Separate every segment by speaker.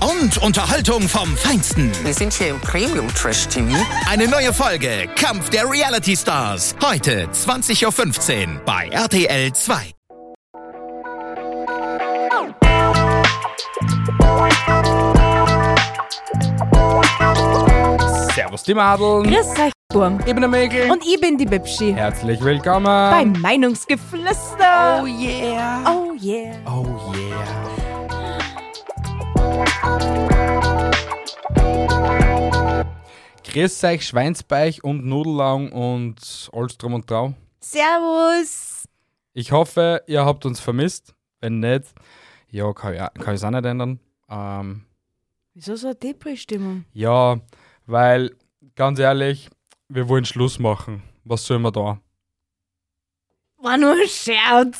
Speaker 1: und Unterhaltung vom Feinsten.
Speaker 2: Wir sind hier im Premium Trash TV.
Speaker 1: Eine neue Folge Kampf der Reality Stars. Heute 20.15 Uhr bei RTL 2.
Speaker 3: Servus die Madeln,
Speaker 4: Grüß euch, Burm.
Speaker 3: ich bin der Mäkel
Speaker 4: Und ich bin die Bibschi.
Speaker 3: herzlich willkommen
Speaker 4: Beim Meinungsgeflüster.
Speaker 3: yeah.
Speaker 4: Oh yeah.
Speaker 3: Oh yeah. Grüß euch, Schweinsbeich und Nudellang und alles drum und drau.
Speaker 4: Servus.
Speaker 3: Ich hoffe, ihr habt uns vermisst. Wenn nicht, ja, kann ich kann ich's auch nicht ändern. Ähm,
Speaker 4: Wieso so eine Depri-Stimmung?
Speaker 3: ja, weil, ganz ehrlich, wir wollen Schluss machen. Was sollen wir da?
Speaker 4: War nur ein Scherz.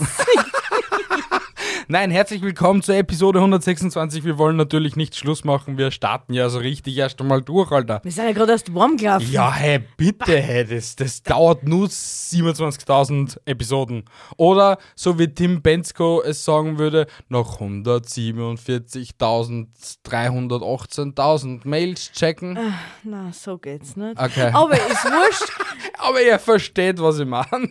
Speaker 3: Nein, herzlich willkommen zur Episode 126. Wir wollen natürlich nicht Schluss machen. Wir starten ja so richtig erst einmal durch, Alter.
Speaker 4: Wir sind ja gerade erst warm gelaufen.
Speaker 3: Ja, hey, bitte, hey, das, das dauert nur 27.000 Episoden. Oder, so wie Tim Bensko es sagen würde, noch 147.318.000 Mails
Speaker 4: Ah.
Speaker 3: checken.
Speaker 4: Na, so geht's nicht.
Speaker 3: Okay.
Speaker 4: Aber ist wurscht.
Speaker 3: Aber ihr versteht, was ich meine.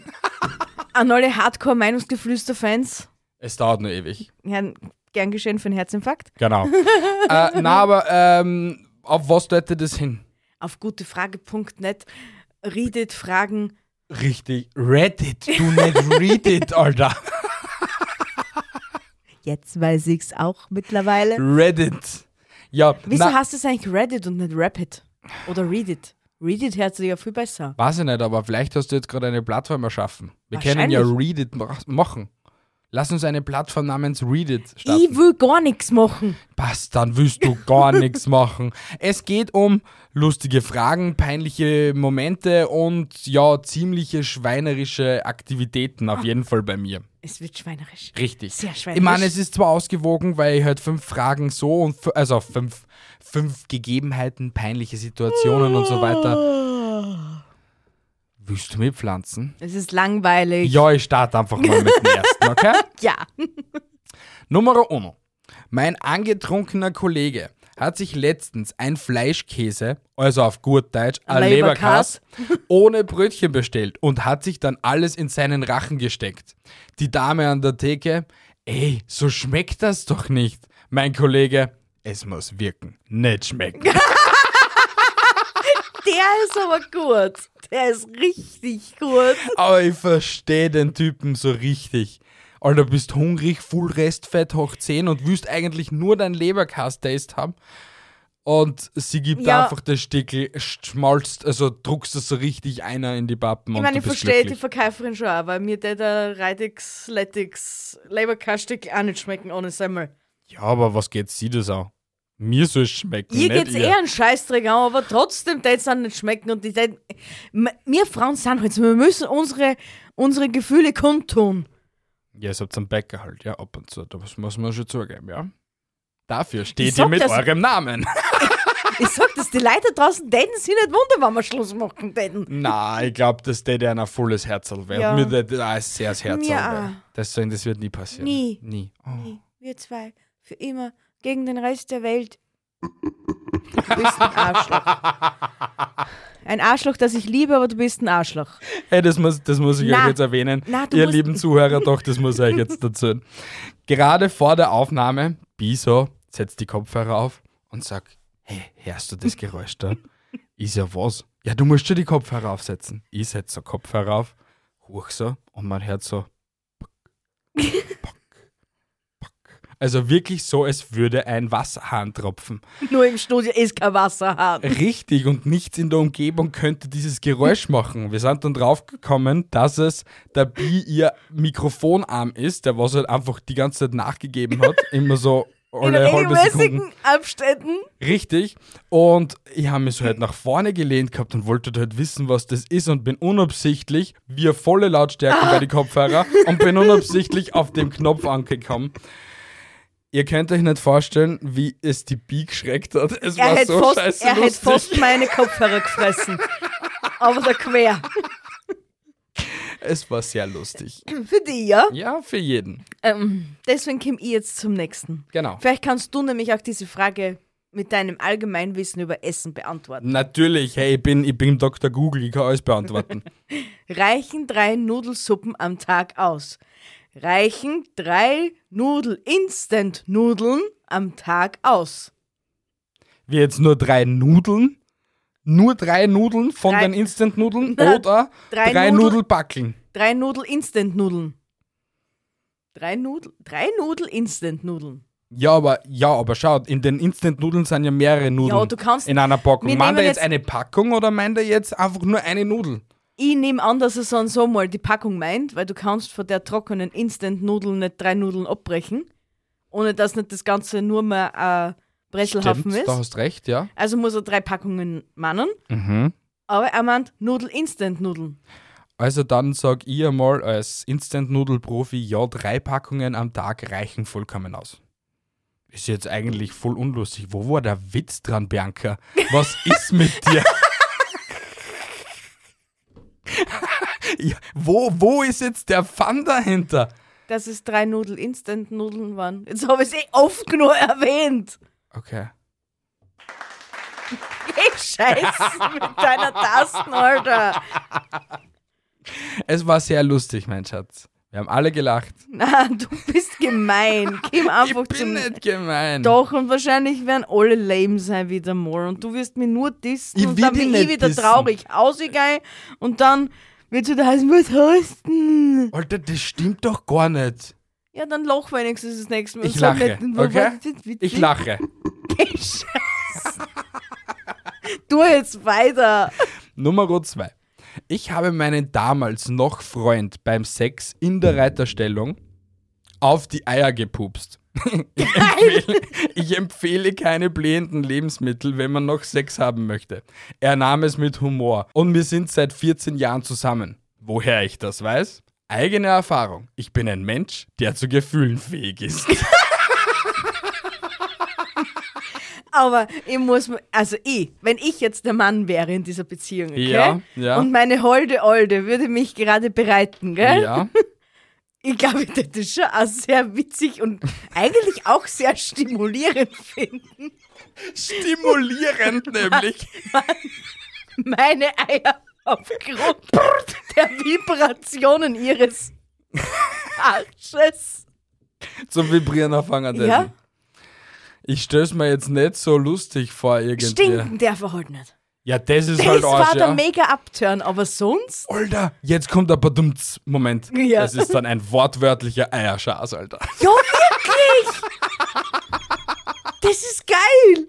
Speaker 4: An alle Hardcore-Meinungsgeflüster-Fans,
Speaker 3: Es dauert nur ewig.
Speaker 4: Herrn, gern geschehen für einen Herzinfarkt.
Speaker 3: Genau. äh, na, aber ähm, auf was deutet das hin?
Speaker 4: Auf gutefrage.net redet Fragen.
Speaker 3: Richtig. Reddit. Du nicht read it, Alter.
Speaker 4: Jetzt weiß ich's auch mittlerweile.
Speaker 3: Reddit. Ja,
Speaker 4: Wieso
Speaker 3: na,
Speaker 4: hast du es eigentlich Reddit und nicht Rapid? Oder Reddit? Reddit hört sich ja viel besser.
Speaker 3: weiß ich nicht, aber vielleicht hast du jetzt gerade eine Plattform erschaffen. Wir können ja Reddit mach- machen. Lass uns eine Plattform namens Reddit starten.
Speaker 4: Ich will gar nichts machen.
Speaker 3: Was, dann willst du gar nichts machen. Es geht um lustige Fragen, peinliche Momente und ja, ziemliche schweinerische Aktivitäten auf jeden Fall bei mir.
Speaker 4: Es wird schweinerisch.
Speaker 3: Richtig.
Speaker 4: Ah. Sehr schweinerisch.
Speaker 3: Ich meine, es ist zwar ausgewogen, weil ich halt fünf Fragen so und f- also fünf, fünf Gegebenheiten, peinliche Situationen und so weiter.
Speaker 4: Ah.
Speaker 3: Willst du mich pflanzen?
Speaker 4: Es ist langweilig.
Speaker 3: Ja, ich starte einfach mal mit dem ersten, okay?
Speaker 4: Ja.
Speaker 3: Nummer uno. Mein angetrunkener Kollege hat sich letztens ein Fleischkäse, also auf gut Deutsch, ein
Speaker 4: Ein
Speaker 3: Leberkass,
Speaker 4: Leberkass.
Speaker 3: ohne Brötchen bestellt und hat sich dann alles in seinen Rachen gesteckt. Die Dame an der Theke, ey, so schmeckt das doch nicht. Mein Kollege, es muss wirken, nicht schmecken.
Speaker 4: Der ist aber gut. Der ist richtig gut.
Speaker 3: Aber ich verstehe den Typen so richtig. Alter, bist hungrig, full Restfett hoch 10 und willst eigentlich nur dein Leberkass-Taste haben. Und sie gibt
Speaker 4: Ja.
Speaker 3: einfach das Stickel, schmalzt, also druckst es so richtig einer in die Pappen
Speaker 4: Ich
Speaker 3: und
Speaker 4: meine,
Speaker 3: du
Speaker 4: ich
Speaker 3: bist
Speaker 4: verstehe die
Speaker 3: glücklich.
Speaker 4: Verkäuferin schon, aber mir der der Reitix, Letix, Leberkastik auch nicht schmecken ohne Semmel.
Speaker 3: Ja, aber was geht sie das auch? Mir soll es schmecken,
Speaker 4: Ihr
Speaker 3: nicht
Speaker 4: geht's
Speaker 3: ihr.
Speaker 4: eher einen Scheißdreck an, aber trotzdem tät's dann nicht schmecken und die täten- M- Wir Frauen sind halt so, wir müssen unsere, unsere Gefühle kundtun.
Speaker 3: Ja, es habt einen Bäcker halt, ja, ab und zu. Das muss man schon zugeben, ja. Dafür
Speaker 4: Ich
Speaker 3: steht ihr
Speaker 4: sag
Speaker 3: mit
Speaker 4: das-
Speaker 3: eurem Namen.
Speaker 4: Ich sag das, die Leute da draußen täten sich nicht wundern, wenn wir Schluss machen täten.
Speaker 3: Na, ich glaube, das täte einer volles Herzl weh.
Speaker 4: Ja.
Speaker 3: Mir täte ein sehr das Herzl
Speaker 4: Mir
Speaker 3: weh. Deswegen, das wird nie passieren.
Speaker 4: Nie.
Speaker 3: Nie. Oh.
Speaker 4: Wir zwei, für immer, gegen den Rest der Welt. Du bist ein Arschloch. Ein Arschloch, das ich liebe, aber du bist ein Arschloch.
Speaker 3: Hey, das muss, das muss ich
Speaker 4: Na.
Speaker 3: euch jetzt erwähnen.
Speaker 4: Na, du
Speaker 3: Ihr
Speaker 4: musst-
Speaker 3: lieben Zuhörer, doch, das muss ich euch jetzt erzählen. Gerade vor der Aufnahme, Biso setzt die Kopfhörer auf und sagt, hey, hörst du das Geräusch da? Ist ja was. Ja, du musst schon die Kopfhörer aufsetzen. Ich setze so Kopfhörer auf, hoch so und man hört so, also wirklich so, als würde ein Wasserhahn tropfen.
Speaker 4: Nur im Studio ist kein Wasserhahn.
Speaker 3: Richtig, und nichts in der Umgebung könnte dieses Geräusch machen. Wir sind dann draufgekommen, dass es der Bi ihr Mikrofonarm ist, der was halt einfach die ganze Zeit nachgegeben hat, immer so
Speaker 4: in
Speaker 3: alle halbe Sekunden.
Speaker 4: regelmäßigen Abständen.
Speaker 3: Richtig. Und ich habe mich so halt nach vorne gelehnt gehabt und wollte halt wissen, was das ist und bin unabsichtlich, wir volle Lautstärke bei den Kopfhörer und bin unabsichtlich auf dem Knopf angekommen. Ihr könnt euch nicht vorstellen, wie es die Bi geschreckt hat. Es
Speaker 4: Er
Speaker 3: war
Speaker 4: hätte
Speaker 3: so
Speaker 4: fast,
Speaker 3: scheiße
Speaker 4: er hätte
Speaker 3: lustig.
Speaker 4: fast meine Kopfhörer gefressen. Aber da quer.
Speaker 3: Es war sehr lustig.
Speaker 4: Für die, ja?
Speaker 3: Ja, für jeden.
Speaker 4: Ähm, deswegen komme ich jetzt zum nächsten.
Speaker 3: Genau.
Speaker 4: Vielleicht kannst du nämlich auch diese Frage mit deinem Allgemeinwissen über Essen beantworten.
Speaker 3: Natürlich, hey, ich bin, ich bin Dr. Google, ich kann alles beantworten.
Speaker 4: Reichen drei Nudelsuppen am Tag aus? Reichen drei Nudel-Instant-Nudeln am Tag aus?
Speaker 3: Wie jetzt nur drei Nudeln? Nur drei Nudeln von
Speaker 4: Drei-
Speaker 3: den Instant-Nudeln
Speaker 4: Na,
Speaker 3: oder
Speaker 4: drei
Speaker 3: drei,
Speaker 4: Nudel-
Speaker 3: Nudelbackeln?
Speaker 4: Drei Nudel-Instant-Nudeln. Drei Nudel, drei Nudel-Instant-Nudeln.
Speaker 3: Ja, aber ja, aber schaut, in den Instant-Nudeln sind ja mehrere Nudeln
Speaker 4: du kannst-
Speaker 3: in einer Packung.
Speaker 4: Wir
Speaker 3: Meint er
Speaker 4: nehmen
Speaker 3: jetzt,
Speaker 4: jetzt-
Speaker 3: eine Packung oder meint er jetzt einfach nur eine Nudel?
Speaker 4: Ich nehme an, dass er so und so mal die Packung meint, weil du kannst von der trockenen Instant-Nudel nicht drei Nudeln abbrechen, ohne dass nicht das Ganze nur mehr ein Breschelhafen
Speaker 3: da
Speaker 4: ist.
Speaker 3: hast recht, ja.
Speaker 4: Also muss er drei Packungen mannen.
Speaker 3: Mhm.
Speaker 4: Aber er meint Nudel-Instant-Nudeln.
Speaker 3: Also dann sag ich einmal als Instant-Nudel-Profi, ja, drei Packungen am Tag reichen vollkommen aus. Ist jetzt eigentlich voll unlustig. Wo war der Witz dran, Bianca? Was ist mit dir? ja, wo, wo ist jetzt der Fun dahinter?
Speaker 4: Dass es drei Nudel-Instant-Nudeln waren. Jetzt habe ich es eh oft genug erwähnt.
Speaker 3: Okay.
Speaker 4: Ich scheiß mit deiner Tasten, Alter.
Speaker 3: Es war sehr lustig, mein Schatz. Wir haben alle gelacht.
Speaker 4: Na, du bist gemein. Gib einfach
Speaker 3: ich bin
Speaker 4: zum...
Speaker 3: nicht gemein.
Speaker 4: Doch, und wahrscheinlich werden alle lame sein wieder mal. Und du wirst mir nur dissen
Speaker 3: Ich
Speaker 4: und
Speaker 3: will
Speaker 4: dann
Speaker 3: dich
Speaker 4: bin ich
Speaker 3: nicht
Speaker 4: wieder
Speaker 3: dissen.
Speaker 4: traurig. Ausgegangen und dann wird es wieder heißen, was heißt denn?
Speaker 3: Alter, das stimmt doch gar nicht.
Speaker 4: Ja, dann lach wenigstens das nächste Mal.
Speaker 3: Ich
Speaker 4: Sag
Speaker 3: lache,
Speaker 4: nicht, wo-
Speaker 3: okay?
Speaker 4: was- wie-
Speaker 3: Ich lache.
Speaker 4: Scheiße. Du jetzt weiter.
Speaker 3: Nummer zwei. Ich habe meinen damals noch Freund beim Sex in der Reiterstellung auf die Eier gepupst. Ich empfehle, ich empfehle keine blähenden Lebensmittel, wenn man noch Sex haben möchte. Er nahm es mit Humor und wir sind seit 14 Jahren zusammen. Woher ich das weiß? Eigene Erfahrung. Ich bin ein Mensch, der zu Gefühlen fähig ist.
Speaker 4: Aber ich muss, mir- also ich, wenn ich jetzt der Mann wäre in dieser Beziehung, okay?
Speaker 3: Ja, ja.
Speaker 4: Und meine holde Olde würde mich gerade bereiten, gell?
Speaker 3: Ja.
Speaker 4: Ich glaube, ich würde das schon auch sehr witzig und eigentlich auch sehr stimulierend finden.
Speaker 3: Stimulierend nämlich.
Speaker 4: Meine Eier aufgrund der Vibrationen ihres Arsches.
Speaker 3: Zum Vibrieren anfangen.
Speaker 4: Ja.
Speaker 3: Ja? Ich stell's mir jetzt nicht so lustig vor irgendwie.
Speaker 4: Stinken darf er halt nicht.
Speaker 3: Ja, das ist
Speaker 4: Das
Speaker 3: halt
Speaker 4: war
Speaker 3: Arsch,
Speaker 4: der
Speaker 3: ja.
Speaker 4: mega Upturn, aber sonst?
Speaker 3: Alter, jetzt kommt ein Badumts. Moment.
Speaker 4: Ja.
Speaker 3: Das ist dann ein wortwörtlicher Eierschaß, Alter.
Speaker 4: Ja, wirklich! Das ist geil!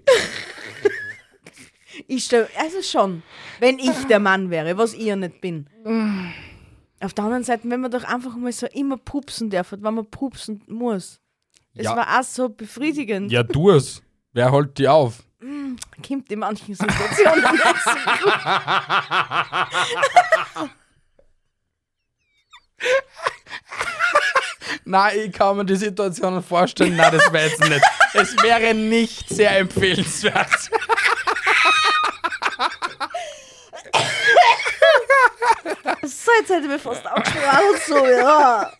Speaker 4: Ich stell, also schon, wenn ich der Mann wäre, was ich ja nicht bin. Auf der anderen Seite, wenn man doch einfach mal so immer pupsen darf, wenn man pupsen muss. Es
Speaker 3: Ja.
Speaker 4: war auch so befriedigend.
Speaker 3: Ja, du es. Wer holt die auf?
Speaker 4: Kommt in manchen Situationen nicht so gut.
Speaker 3: Nein, ich kann mir die Situation vorstellen. Nein, das wäre jetzt nicht. Es wäre nicht sehr empfehlenswert.
Speaker 4: So, jetzt hätte ich mir fast angeschaut und so, ja.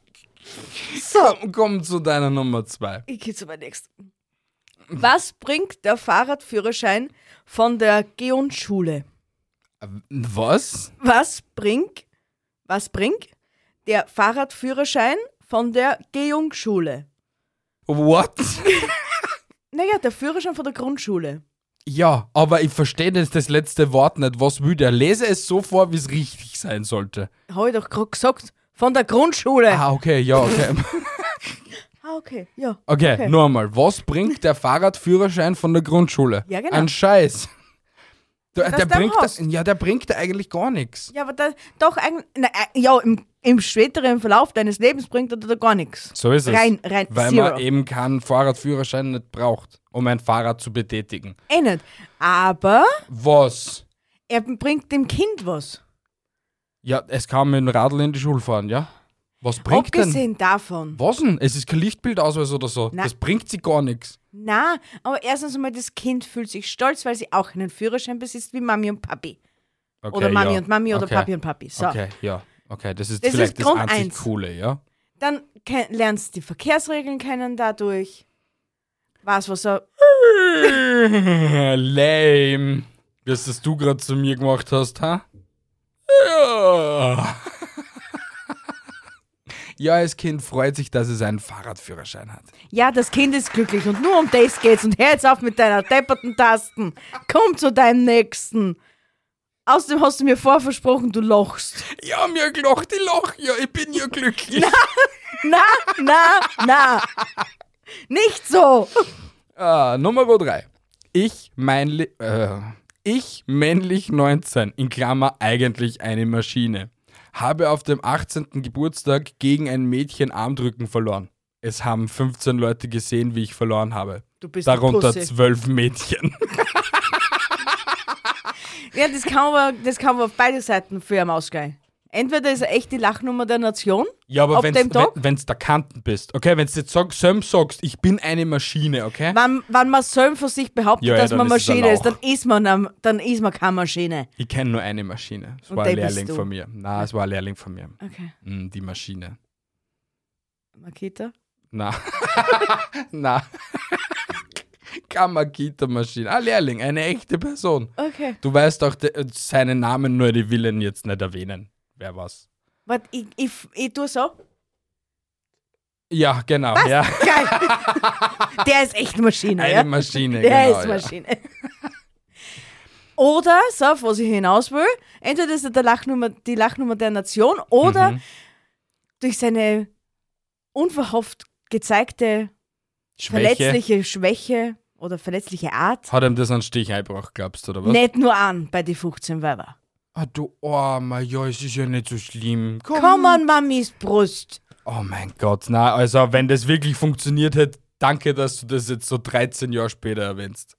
Speaker 4: So.
Speaker 3: Komm, komm zu deiner Nummer zwei.
Speaker 4: Ich gehe zu meinem nächsten. Was bringt der Fahrradführerschein von der Geonschule?
Speaker 3: Was?
Speaker 4: Was bringt, was bringt der Fahrradführerschein von der Geonschule?
Speaker 3: What?
Speaker 4: Naja, der Führerschein von der Grundschule.
Speaker 3: Ja, aber ich verstehe jetzt das letzte Wort nicht. Was will der? Lese es so vor, wie es richtig sein sollte.
Speaker 4: Habe ich doch gerade gesagt. Von der Grundschule.
Speaker 3: Ah, okay, ja, okay.
Speaker 4: Ah, okay, ja.
Speaker 3: Okay, nur einmal. Was bringt der Fahrradführerschein von der Grundschule?
Speaker 4: Ja, genau.
Speaker 3: Ein Scheiß. Da- Du,
Speaker 4: das
Speaker 3: der
Speaker 4: dann
Speaker 3: bringt
Speaker 4: hast.
Speaker 3: das, ja, der bringt da eigentlich gar nichts.
Speaker 4: Ja, aber da, doch eigentlich. Na, äh, ja, im, im späteren Verlauf deines Lebens bringt er dir da gar nichts.
Speaker 3: So ist es.
Speaker 4: Rein, rein,
Speaker 3: Weil
Speaker 4: zero.
Speaker 3: man eh eben keinen Fahrradführerschein nicht braucht, um ein Fahrrad zu betätigen.
Speaker 4: Eh nicht. Aber
Speaker 3: Was?
Speaker 4: er bringt dem Kind was.
Speaker 3: Ja, es kann mit dem Radl in die Schule fahren, ja? Was bringt denn?
Speaker 4: Abgesehen davon.
Speaker 3: Was denn? Es ist kein Lichtbildausweis oder so.
Speaker 4: Na.
Speaker 3: Das bringt sie gar nichts.
Speaker 4: Na, aber erstens einmal, das Kind fühlt sich stolz, weil sie auch einen Führerschein besitzt, wie Mami und Papi.
Speaker 3: Okay,
Speaker 4: oder Mami
Speaker 3: ja.
Speaker 4: und Mami oder
Speaker 3: okay.
Speaker 4: Papi und Papi. So.
Speaker 3: Okay, ja. Okay, das ist
Speaker 4: Das ist
Speaker 3: vielleicht das
Speaker 4: Grund
Speaker 3: einzig
Speaker 4: eins.
Speaker 3: Coole, ja?
Speaker 4: Dann ke- lernst du die Verkehrsregeln kennen dadurch. Was, was er.
Speaker 3: Äh, Lame. Wie es das du gerade zu mir gemacht hast, ha? Ja. ja, das Kind freut sich, dass es einen Fahrradführerschein hat.
Speaker 4: Ja, das Kind ist glücklich und nur um das geht's und hör jetzt auf mit deiner depperten Tasten. Komm zu deinem Nächsten. Außerdem hast du mir vorversprochen, du lochst.
Speaker 3: Ja, mir gelacht, ich lach. Ja, ich bin ja glücklich.
Speaker 4: Na, na, na. Nicht so.
Speaker 3: Ah, Nummer 3. Ich, männli äh, ich, männlich 19, in Klammer eigentlich eine Maschine, habe auf dem 18. Geburtstag gegen ein Mädchen Armdrücken verloren. Es haben 15 Leute gesehen, wie ich verloren habe.
Speaker 4: Du bist eine
Speaker 3: Darunter
Speaker 4: Pussy.
Speaker 3: 12 Mädchen.
Speaker 4: Ja, das kann man, das kann man auf beide Seiten für am Ausgang. Entweder ist er echt die Lachnummer der Nation.
Speaker 3: Ja, aber
Speaker 4: Ab
Speaker 3: wenn's,
Speaker 4: dem Tag?
Speaker 3: wenn wenn's da Kanten bist, okay? Wenn du jetzt sag, Sam sagst, ich bin eine Maschine, okay?
Speaker 4: Wenn, wenn man selbst von sich behauptet,
Speaker 3: Ja, ja,
Speaker 4: dass
Speaker 3: dann
Speaker 4: man
Speaker 3: ist es ein
Speaker 4: Maschine ist,
Speaker 3: Lauch.
Speaker 4: dann ist man, am- dann ist man keine Maschine.
Speaker 3: Ich kenne nur eine Maschine. Es
Speaker 4: Und
Speaker 3: war ein
Speaker 4: der bist
Speaker 3: Lehrling
Speaker 4: du.
Speaker 3: von mir. Na, es war ein Lehrling von mir.
Speaker 4: Okay.
Speaker 3: Hm, Die Maschine.
Speaker 4: Makita?
Speaker 3: Na. Na. Kamakita-Maschine. Ein Lehrling, eine echte Person.
Speaker 4: Okay.
Speaker 3: Du weißt auch de, seinen Namen, nur die will ihn jetzt nicht erwähnen. Wer was?
Speaker 4: Warte, ich, ich, ich tue so.
Speaker 3: Ja, genau. Ja.
Speaker 4: Geil. Der ist echt Maschine,
Speaker 3: Eine
Speaker 4: ja?
Speaker 3: Maschine,
Speaker 4: Der
Speaker 3: genau,
Speaker 4: ist
Speaker 3: ja.
Speaker 4: Maschine. Oder, so, auf was ich hinaus will, entweder ist er der Lachnummer, die Lachnummer der Nation oder
Speaker 3: Mhm.
Speaker 4: durch seine unverhofft gezeigte
Speaker 3: Schwäche.
Speaker 4: verletzliche Schwäche oder verletzliche Art
Speaker 3: Hat ihm das einen Stich eingebracht, glaubst du, oder was?
Speaker 4: nicht nur an bei die 15 Weiber.
Speaker 3: Ah, du Armer, ja, es ist ja nicht so schlimm. Komm.
Speaker 4: Komm an Mamis Brust.
Speaker 3: Oh mein Gott, na, also wenn das wirklich funktioniert hätte, danke, dass du das jetzt so 13 Jahre später erwähnst.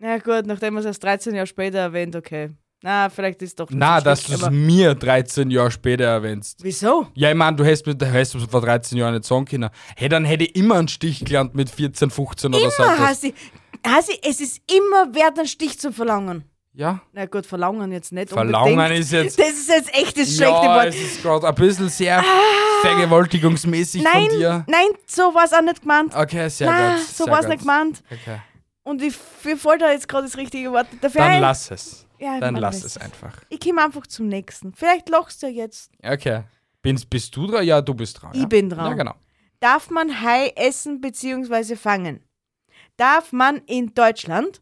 Speaker 4: Na gut, nachdem er es erst 13 Jahre später erwähnt, okay. Na, vielleicht ist doch nicht
Speaker 3: Na,
Speaker 4: so
Speaker 3: dass du
Speaker 4: schlimm,
Speaker 3: es
Speaker 4: aber-
Speaker 3: mir 13 Jahre später erwähnst.
Speaker 4: Wieso?
Speaker 3: Ja, ich meine, du hättest mir du hättest mir vor 13 Jahren nicht sagen können. Hey, dann hätte ich immer einen Stich gelernt mit 14, 15 oder so.
Speaker 4: Immer
Speaker 3: etwas.
Speaker 4: hast du, hast du, es ist immer wert, einen Stich zu verlangen.
Speaker 3: Ja,
Speaker 4: Na gut, verlangen jetzt nicht
Speaker 3: Verlangen
Speaker 4: unbedingt.
Speaker 3: ist jetzt.
Speaker 4: Das ist jetzt echt das schlechte
Speaker 3: Ja,
Speaker 4: Wort. Ah.
Speaker 3: es ist gerade ein bisschen sehr vergewaltigungsmäßig
Speaker 4: Nein,
Speaker 3: von dir.
Speaker 4: nein, so war es auch nicht gemeint.
Speaker 3: Okay, sehr
Speaker 4: Na,
Speaker 3: gut.
Speaker 4: so
Speaker 3: sehr
Speaker 4: war es
Speaker 3: gut.
Speaker 4: nicht gemeint.
Speaker 3: Okay.
Speaker 4: Und ich, ich fällt da jetzt gerade das richtige Wort dafür
Speaker 3: Dann
Speaker 4: ein.
Speaker 3: lass es.
Speaker 4: Ja,
Speaker 3: Dann
Speaker 4: man
Speaker 3: lass
Speaker 4: lässt
Speaker 3: es
Speaker 4: es.
Speaker 3: einfach.
Speaker 4: Ich komme einfach zum nächsten. Vielleicht lachst du ja jetzt.
Speaker 3: Okay. Bist, bist du dran? Ja, du bist dran.
Speaker 4: Ich
Speaker 3: ja.
Speaker 4: bin dran.
Speaker 3: Ja, genau.
Speaker 4: Darf man Hai essen bzw. fangen? Darf man in Deutschland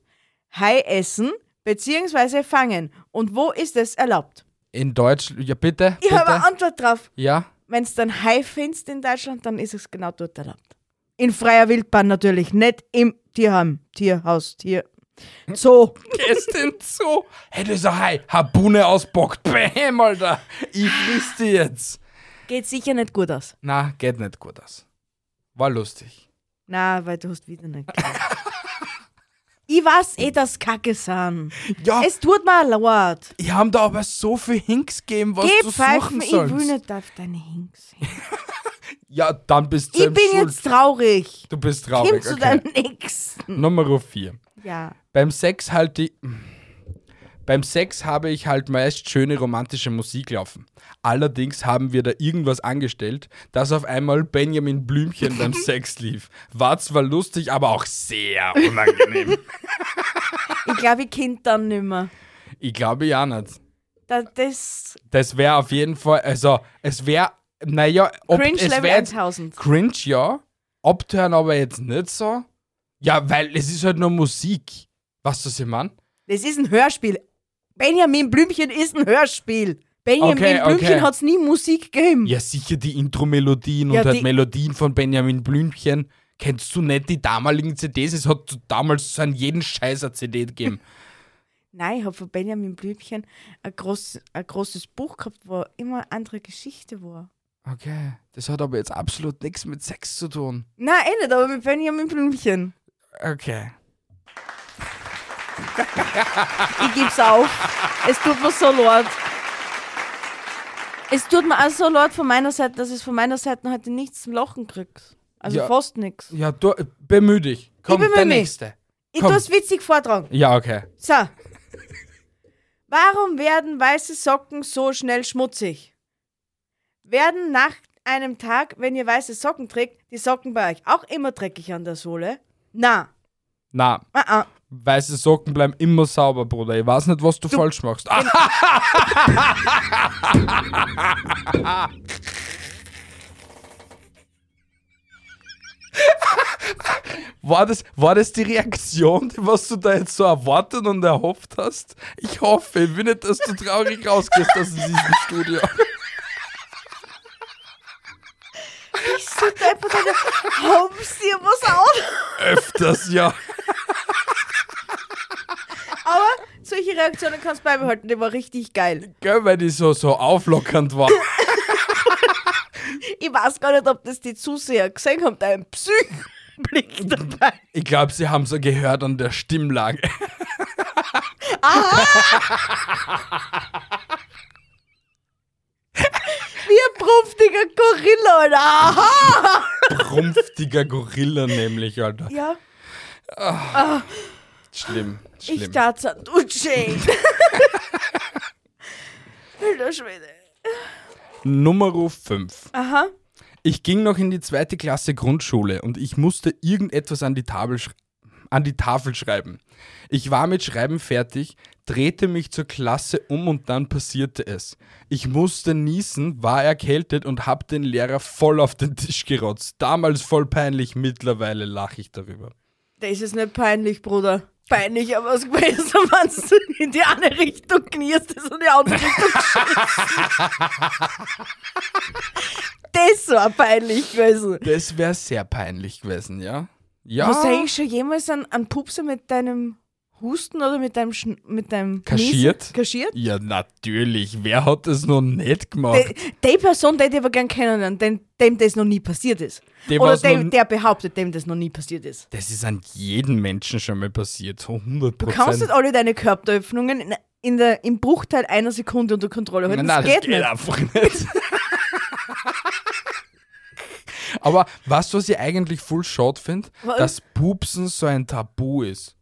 Speaker 4: Hai essen bzw. fangen? Und wo ist es erlaubt?
Speaker 3: In Deutsch. Ja, bitte.
Speaker 4: Ich habe eine
Speaker 3: bitte.
Speaker 4: Antwort drauf.
Speaker 3: Ja.
Speaker 4: Wenn es dann Hai findest in Deutschland, dann ist es genau dort erlaubt. In freier Wildbahn natürlich, nicht im Tierheim, Tierhaus, Tier. So,
Speaker 3: ist denn so? Hey, das ist ein Hai. Habune ausbockt. Bäm, Alter. Ich wüsste jetzt.
Speaker 4: geht sicher nicht gut aus.
Speaker 3: Na, geht nicht gut aus. War lustig.
Speaker 4: Na, weil du hast wieder nicht gelacht. Ich weiß eh, dass Kacke sind.
Speaker 3: Ja,
Speaker 4: Es tut mir leid.
Speaker 3: die haben da aber so viel Hinks gegeben, was
Speaker 4: Geh
Speaker 3: du
Speaker 4: pfeifen,
Speaker 3: suchen
Speaker 4: ich will
Speaker 3: sollst.
Speaker 4: nicht auf deine Hinks.
Speaker 3: Ja, dann bist du
Speaker 4: Ich
Speaker 3: im
Speaker 4: bin
Speaker 3: Schuld.
Speaker 4: jetzt traurig.
Speaker 3: Du bist
Speaker 4: Komm
Speaker 3: traurig.
Speaker 4: zu
Speaker 3: Okay.
Speaker 4: deinem Nächsten.
Speaker 3: Nummer 4.
Speaker 4: Ja.
Speaker 3: Beim Sex halte ich. Beim Sex habe ich halt meist schöne romantische Musik laufen. Allerdings haben wir da irgendwas angestellt, dass auf einmal Benjamin Blümchen beim Sex lief. War zwar lustig, aber auch sehr unangenehm.
Speaker 4: Ich glaube, ich kennt dann nimmer.
Speaker 3: ich glaube ja nicht.
Speaker 4: Da, das
Speaker 3: Das wäre auf jeden Fall, also es wäre, naja, ob
Speaker 4: Cringe
Speaker 3: es
Speaker 4: Level
Speaker 3: wär jetzt
Speaker 4: 1000.
Speaker 3: Cringe, ja. Abtören aber jetzt nicht so. Ja, weil es ist halt nur Musik. Weißt du, was ich meine?
Speaker 4: Das ist ein Hörspiel. Benjamin Blümchen ist ein Hörspiel. Benjamin
Speaker 3: Okay, okay.
Speaker 4: Blümchen hat's nie Musik gegeben.
Speaker 3: Ja, sicher die Intro-Melodien
Speaker 4: Ja,
Speaker 3: und halt
Speaker 4: die-
Speaker 3: Melodien von Benjamin Blümchen. Kennst du nicht die damaligen CDs? Es hat damals so an jeden Scheißer CD gegeben.
Speaker 4: Nein, ich habe von Benjamin Blümchen ein, groß, ein großes Buch gehabt, wo immer eine andere Geschichte war.
Speaker 3: Okay, das hat aber jetzt absolut nichts mit Sex zu tun.
Speaker 4: Nein, eh nicht, aber mit Benjamin Blümchen.
Speaker 3: Okay.
Speaker 4: Ich geb's auf. Es tut mir so leid. Es tut mir auch so leid von meiner Seite, dass es von meiner Seite heute nichts zum Lachen kriegt. Also
Speaker 3: Ja.
Speaker 4: fast nichts.
Speaker 3: Ja, du, bemühe dich. Komm,
Speaker 4: bemühe
Speaker 3: der
Speaker 4: mich.
Speaker 3: nächste.
Speaker 4: Ich
Speaker 3: Komm.
Speaker 4: tu's witzig vortragen.
Speaker 3: Ja, okay.
Speaker 4: So. Warum werden weiße Socken so schnell schmutzig? Werden nach einem Tag, wenn ihr weiße Socken trägt, die Socken bei euch auch immer dreckig an der Sohle? Na,
Speaker 3: Na,
Speaker 4: ah, ah.
Speaker 3: weiße Socken bleiben immer sauber, Bruder. Ich weiß nicht, was du, falsch machst. Ah, War das, war das die Reaktion, was du da jetzt so erwartet und erhofft hast? Ich hoffe, ich will nicht, dass du traurig rausgehst aus diesem Studio.
Speaker 4: Ich sollte einfach deine Homes dir was auf.
Speaker 3: Öfters, ja.
Speaker 4: Aber solche Reaktionen kannst du beibehalten, die war richtig geil.
Speaker 3: Gell, weil die so, so auflockernd war.
Speaker 4: Ich weiß gar nicht, ob das die Zuseher gesehen haben, dein Psychblick dabei.
Speaker 3: Ich glaube, sie haben so gehört an der Stimmlage.
Speaker 4: Wie ein prunftiger Gorilla, Alter. Aha!
Speaker 3: Rumpftiger Gorilla nämlich, Alter.
Speaker 4: Ja,
Speaker 3: Schlimm,
Speaker 4: ich
Speaker 3: schlimm.
Speaker 4: dachte, du Jane. Alter Schwede.
Speaker 3: Nummer 5.
Speaker 4: Aha.
Speaker 3: Ich ging noch in die zweite Klasse Grundschule und ich musste irgendetwas an die Tafel, sch an die Tafel schreiben. Ich war mit Schreiben fertig, drehte mich zur Klasse um und dann passierte es. Ich musste niesen, war erkältet und hab den Lehrer voll auf den Tisch gerotzt. Damals voll peinlich, mittlerweile lache ich darüber.
Speaker 4: Das ist nicht peinlich, Bruder. Peinlich, aber es gewesen, wenn du in die eine Richtung knierst ist und die andere Richtung schießt. Das war peinlich gewesen.
Speaker 3: Das wäre sehr peinlich gewesen, ja? Ja.
Speaker 4: Hast du eigentlich schon jemals einen, einen Pupser mit deinem Husten oder mit deinem, Schn mit deinem
Speaker 3: Kaschiert?
Speaker 4: Niesen? Kaschiert?
Speaker 3: Ja, natürlich. Wer hat das noch nicht
Speaker 4: De,
Speaker 3: gemacht?
Speaker 4: die Person, die ich aber gern kennenlernen, dem, dem das noch nie passiert ist.
Speaker 3: Dem,
Speaker 4: Oder
Speaker 3: was noch
Speaker 4: dem,
Speaker 3: n-
Speaker 4: der behauptet, dem das noch nie passiert ist.
Speaker 3: Das ist an jedem Menschen schon mal passiert. So 100
Speaker 4: Du kannst nicht
Speaker 3: Prozent.
Speaker 4: alle deine Körperöffnungen in, in der, im Bruchteil einer Sekunde unter Kontrolle halten. das, geht nicht.
Speaker 3: einfach nicht. Aber weißt du, was ich eigentlich full short finde?
Speaker 4: Was?
Speaker 3: Dass Pupsen so ein Tabu ist.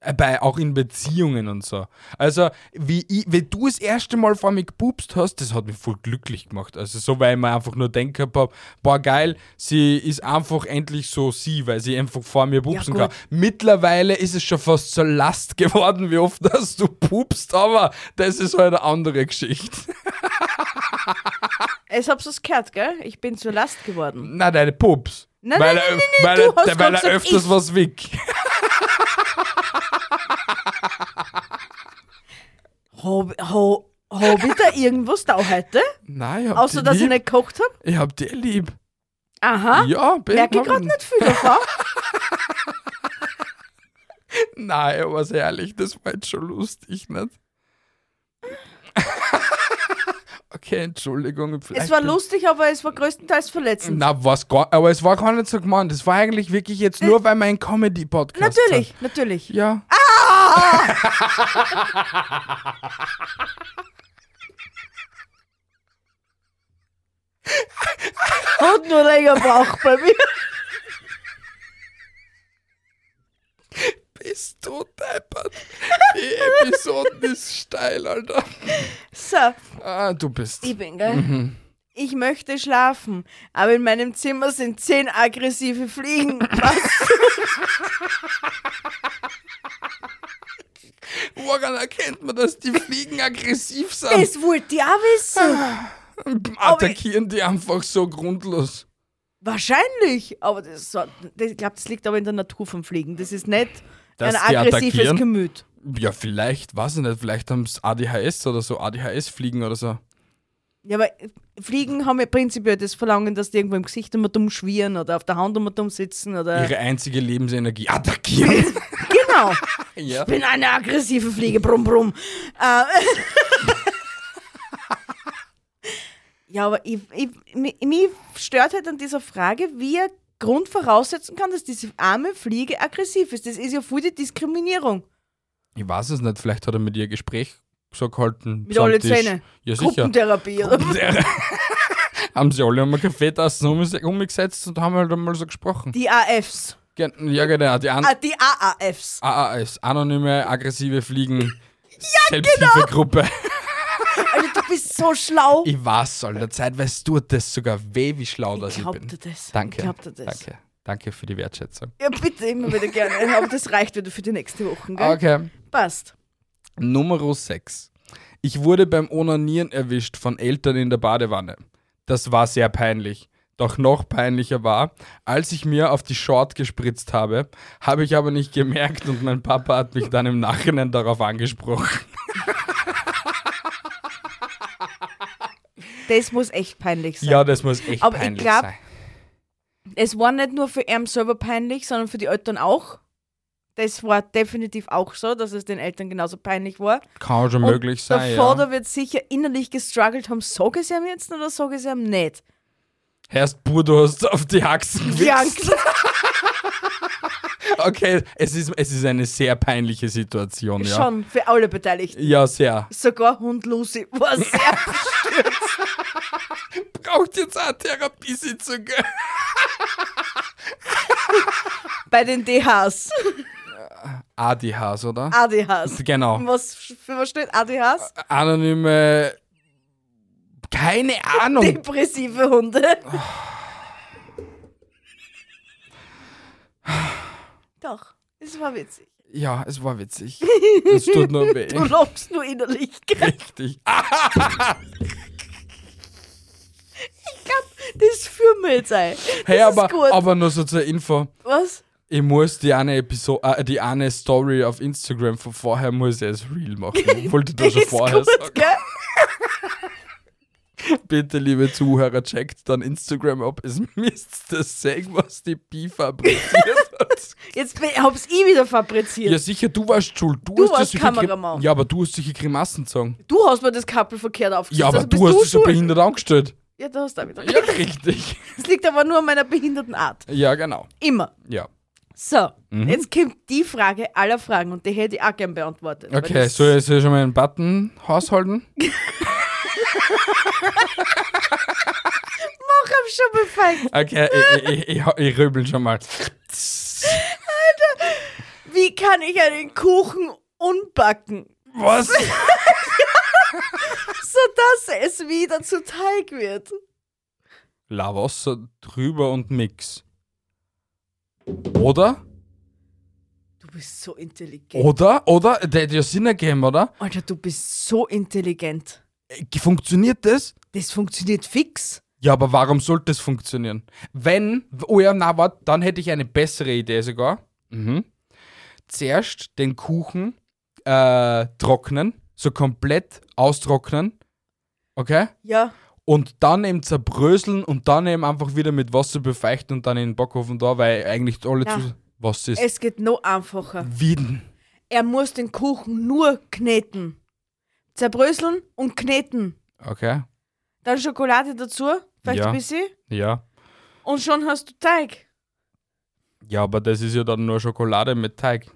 Speaker 3: Äh, Bei, auch in Beziehungen und so. Also, wie, ich, wie du das erste Mal vor mir gepupst hast, das hat mich voll glücklich gemacht. Also, so, weil ich mir einfach nur denkt habe, boah, geil, sie ist einfach endlich so sie, weil sie einfach vor mir pupsen
Speaker 4: Ja,
Speaker 3: kann.
Speaker 4: gut.
Speaker 3: Mittlerweile ist es schon fast zur Last geworden, wie oft dass du pupst, aber das ist halt eine andere Geschichte.
Speaker 4: Es hab's es gehört, gell? Ich bin zur Last geworden.
Speaker 3: Na, deine Pups.
Speaker 4: Nein,
Speaker 3: weil
Speaker 4: nein,
Speaker 3: er,
Speaker 4: nein, nein,
Speaker 3: weil
Speaker 4: du
Speaker 3: er,
Speaker 4: hast
Speaker 3: der-
Speaker 4: gerade
Speaker 3: weil er
Speaker 4: gesagt,
Speaker 3: öfters
Speaker 4: ich.
Speaker 3: was weg.
Speaker 4: Hab, ho, hab ich da irgendwas da heute?
Speaker 3: Nein, ich hab
Speaker 4: Außer,
Speaker 3: die
Speaker 4: dass ich
Speaker 3: lieb.
Speaker 4: nicht gekocht hab?
Speaker 3: Ich hab die lieb.
Speaker 4: Aha.
Speaker 3: Ja, bin
Speaker 4: Merke ich
Speaker 3: hab
Speaker 4: gerade nicht viel davon.
Speaker 3: Nein, aber sehr ehrlich, das war jetzt schon lustig, nicht? okay, Entschuldigung. vielleicht
Speaker 4: es war
Speaker 3: bin-
Speaker 4: lustig, aber es war größtenteils verletzend.
Speaker 3: Na, was gar, aber es war gar nicht so gemeint. Es war eigentlich wirklich jetzt nur, weil mein Comedy-Podcast.
Speaker 4: Äh, natürlich, Ah. natürlich.
Speaker 3: Hat. Ja.
Speaker 4: Hat nur länger braucht bei mir.
Speaker 3: Bist du deppert? Die Episode ist steil, Alter.
Speaker 4: So,
Speaker 3: Ah, du bist.
Speaker 4: ich bin, gell?
Speaker 3: Mhm.
Speaker 4: Ich möchte schlafen, aber in meinem Zimmer sind zehn aggressive Fliegen. Was?
Speaker 3: Woran erkennt man, dass die Fliegen aggressiv sind?
Speaker 4: Das wollte ich auch wissen.
Speaker 3: Attackieren die einfach so grundlos.
Speaker 4: Wahrscheinlich. Aber das, so- das, ich glaube, das liegt aber in der Natur von Fliegen. Das ist nicht
Speaker 3: Dass die
Speaker 4: ein aggressives
Speaker 3: attackieren?
Speaker 4: Gemüt.
Speaker 3: Ja, vielleicht, weiß ich nicht, vielleicht haben es ADHS oder so, ADHS-Fliegen oder so.
Speaker 4: Ja, aber Fliegen haben ja prinzipiell das Verlangen, dass die irgendwo im Gesicht Äh. immer dumm schwirren oder auf der Hand immer dumm sitzen oder.
Speaker 3: Ihre einzige Lebensenergie attackieren.
Speaker 4: Genau. Ich bin eine aggressive Fliege, brumm, brumm. Äh, ja, aber ich, ich, mi- mich stört halt an dieser Frage, wie er Grund voraussetzen kann, dass diese arme Fliege aggressiv ist. Das ist ja voll die Diskriminierung.
Speaker 3: Ich weiß es nicht, vielleicht hat er mit ihr Gespräch so gehalten.
Speaker 4: Mit alle
Speaker 3: Stammtisch.
Speaker 4: Zähne.
Speaker 3: Ja, sicher.
Speaker 4: Gruppentherapie. oder?
Speaker 3: haben sie alle einmal Kaffeetassen um- umgesetzt und haben halt einmal so gesprochen.
Speaker 4: Die AFs.
Speaker 3: Gen- Ja, genau, die an
Speaker 4: Ah, die AAFs.
Speaker 3: AAS, anonyme, aggressive Fliegen. Selbsthilfegruppe.
Speaker 4: genau. Alter, Also, du bist so schlau.
Speaker 3: Ich weiß, Alter, zeitweise tut das sogar weh, wie schlau das ich
Speaker 4: Äh. glaub
Speaker 3: bin.
Speaker 4: dir das.
Speaker 3: Danke.
Speaker 4: Ich glaub dir das.
Speaker 3: Danke. Danke für die Wertschätzung.
Speaker 4: Ja, bitte, immer wieder gerne. Aber das reicht wieder für die nächste Woche, gell?
Speaker 3: Okay.
Speaker 4: Passt.
Speaker 3: Nummer 6. Ich wurde beim Onanieren erwischt von Eltern in der Badewanne. Das war sehr peinlich. Doch noch peinlicher war, als ich mir auf die Short gespritzt habe, habe ich aber nicht gemerkt und mein Papa hat mich dann im Nachhinein darauf angesprochen.
Speaker 4: Das muss echt peinlich sein.
Speaker 3: Ja, das muss echt
Speaker 4: Aber ich
Speaker 3: peinlich
Speaker 4: glaub-
Speaker 3: sein.
Speaker 4: Es war nicht nur für ihn selber peinlich, sondern für die Eltern auch. Das war definitiv auch so, dass es den Eltern genauso peinlich war.
Speaker 3: Kann schon
Speaker 4: Und
Speaker 3: möglich sein.
Speaker 4: Der
Speaker 3: Ja.
Speaker 4: Vater wird sicher innerlich gestruggelt haben, sag ich es ihm jetzt oder sag ich es ihm nicht.
Speaker 3: Erst pur, du hast auf die Haxen gewichst.
Speaker 4: Jank.
Speaker 3: Okay, es ist, es ist eine sehr peinliche Situation, ja.
Speaker 4: Schon für alle Beteiligten.
Speaker 3: Ja, sehr.
Speaker 4: Sogar Hund Lucy war sehr.
Speaker 3: Braucht jetzt eine Therapiesitzung.
Speaker 4: bei den DHs.
Speaker 3: ADHs, oder?
Speaker 4: Ah. ADHs.
Speaker 3: Genau. Oh.
Speaker 4: Was, für was steht ADHs?
Speaker 3: anonyme. Keine Ahnung.
Speaker 4: Depressive Hunde. Doch, es war witzig.
Speaker 3: Ja, es war witzig. Es tut nur weh.
Speaker 4: Du lachst nur innerlich. gell?
Speaker 3: Richtig.
Speaker 4: Ich glaub, das führen wir jetzt ein. Das
Speaker 3: Hey,
Speaker 4: ist
Speaker 3: aber,
Speaker 4: gut.
Speaker 3: aber nur so zur Info.
Speaker 4: was?
Speaker 3: Ich muss die eine Episode, äh, die eine Story auf Instagram von vorher muss ich es real machen. Ich wollte das
Speaker 4: Das
Speaker 3: schon
Speaker 4: ist
Speaker 3: vorher
Speaker 4: gut,
Speaker 3: sagen.
Speaker 4: gell?
Speaker 3: Bitte, liebe Zuhörer, checkt dann Instagram ab. Es misst das Segen, was die Pi fabriziert hat.
Speaker 4: Jetzt bin- hab's ich wieder fabriziert.
Speaker 3: Ja, sicher, du warst schuld. Du,
Speaker 4: Du
Speaker 3: hast ja
Speaker 4: warst
Speaker 3: solche Grim-
Speaker 4: Kameramann.
Speaker 3: Ja, aber du hast solche Grimassen gezogen.
Speaker 4: Du hast mir das Kappel verkehrt aufgesetzt.
Speaker 3: Ja, aber
Speaker 4: also bist
Speaker 3: du hast dich so
Speaker 4: schuld.
Speaker 3: behindert angestellt.
Speaker 4: Ja, da hast du auch wieder.
Speaker 3: Ja, richtig.
Speaker 4: Das liegt aber nur an meiner behinderten Art.
Speaker 3: Ja, genau.
Speaker 4: Immer.
Speaker 3: Ja.
Speaker 4: So,
Speaker 3: Mhm.
Speaker 4: jetzt kommt die Frage aller Fragen und die hätte ich auch gern beantwortet. aber
Speaker 3: Okay,
Speaker 4: das-
Speaker 3: soll ich, soll ich schon mal einen Button haushalten?
Speaker 4: Mach ihm schon mal fein.
Speaker 3: Okay, ich, ich, ich, ich, ich rübel schon mal.
Speaker 4: Wie kann ich einen Kuchen unbacken,
Speaker 3: Was?
Speaker 4: sodass es wieder zu Teig wird?
Speaker 3: Lavasser drüber und Mix. Oder?
Speaker 4: Du bist so intelligent.
Speaker 3: Oder? Oder? Der hätte ja Sinn ergeben, oder?
Speaker 4: Alter, du bist so intelligent.
Speaker 3: Äh, Funktioniert das?
Speaker 4: Das funktioniert fix.
Speaker 3: Ja, aber warum sollte das funktionieren? Wenn, oh ja, na, warte, dann hätte ich eine bessere Idee sogar. Mhm. Zuerst den Kuchen äh, trocknen, so komplett austrocknen. Okay?
Speaker 4: Ja,
Speaker 3: Und dann eben zerbröseln und dann eben einfach wieder mit Wasser befeuchten und dann in den Backofen da, weil eigentlich alle
Speaker 4: Na.
Speaker 3: zu. Was ist?
Speaker 4: es geht noch einfacher.
Speaker 3: Wieden.
Speaker 4: Er muss den Kuchen nur kneten. Zerbröseln und kneten.
Speaker 3: Okay.
Speaker 4: Dann Schokolade dazu, vielleicht
Speaker 3: Ja.
Speaker 4: ein bisschen.
Speaker 3: Ja.
Speaker 4: Und schon hast du Teig.
Speaker 3: Ja, aber das ist ja dann nur Schokolade mit Teig.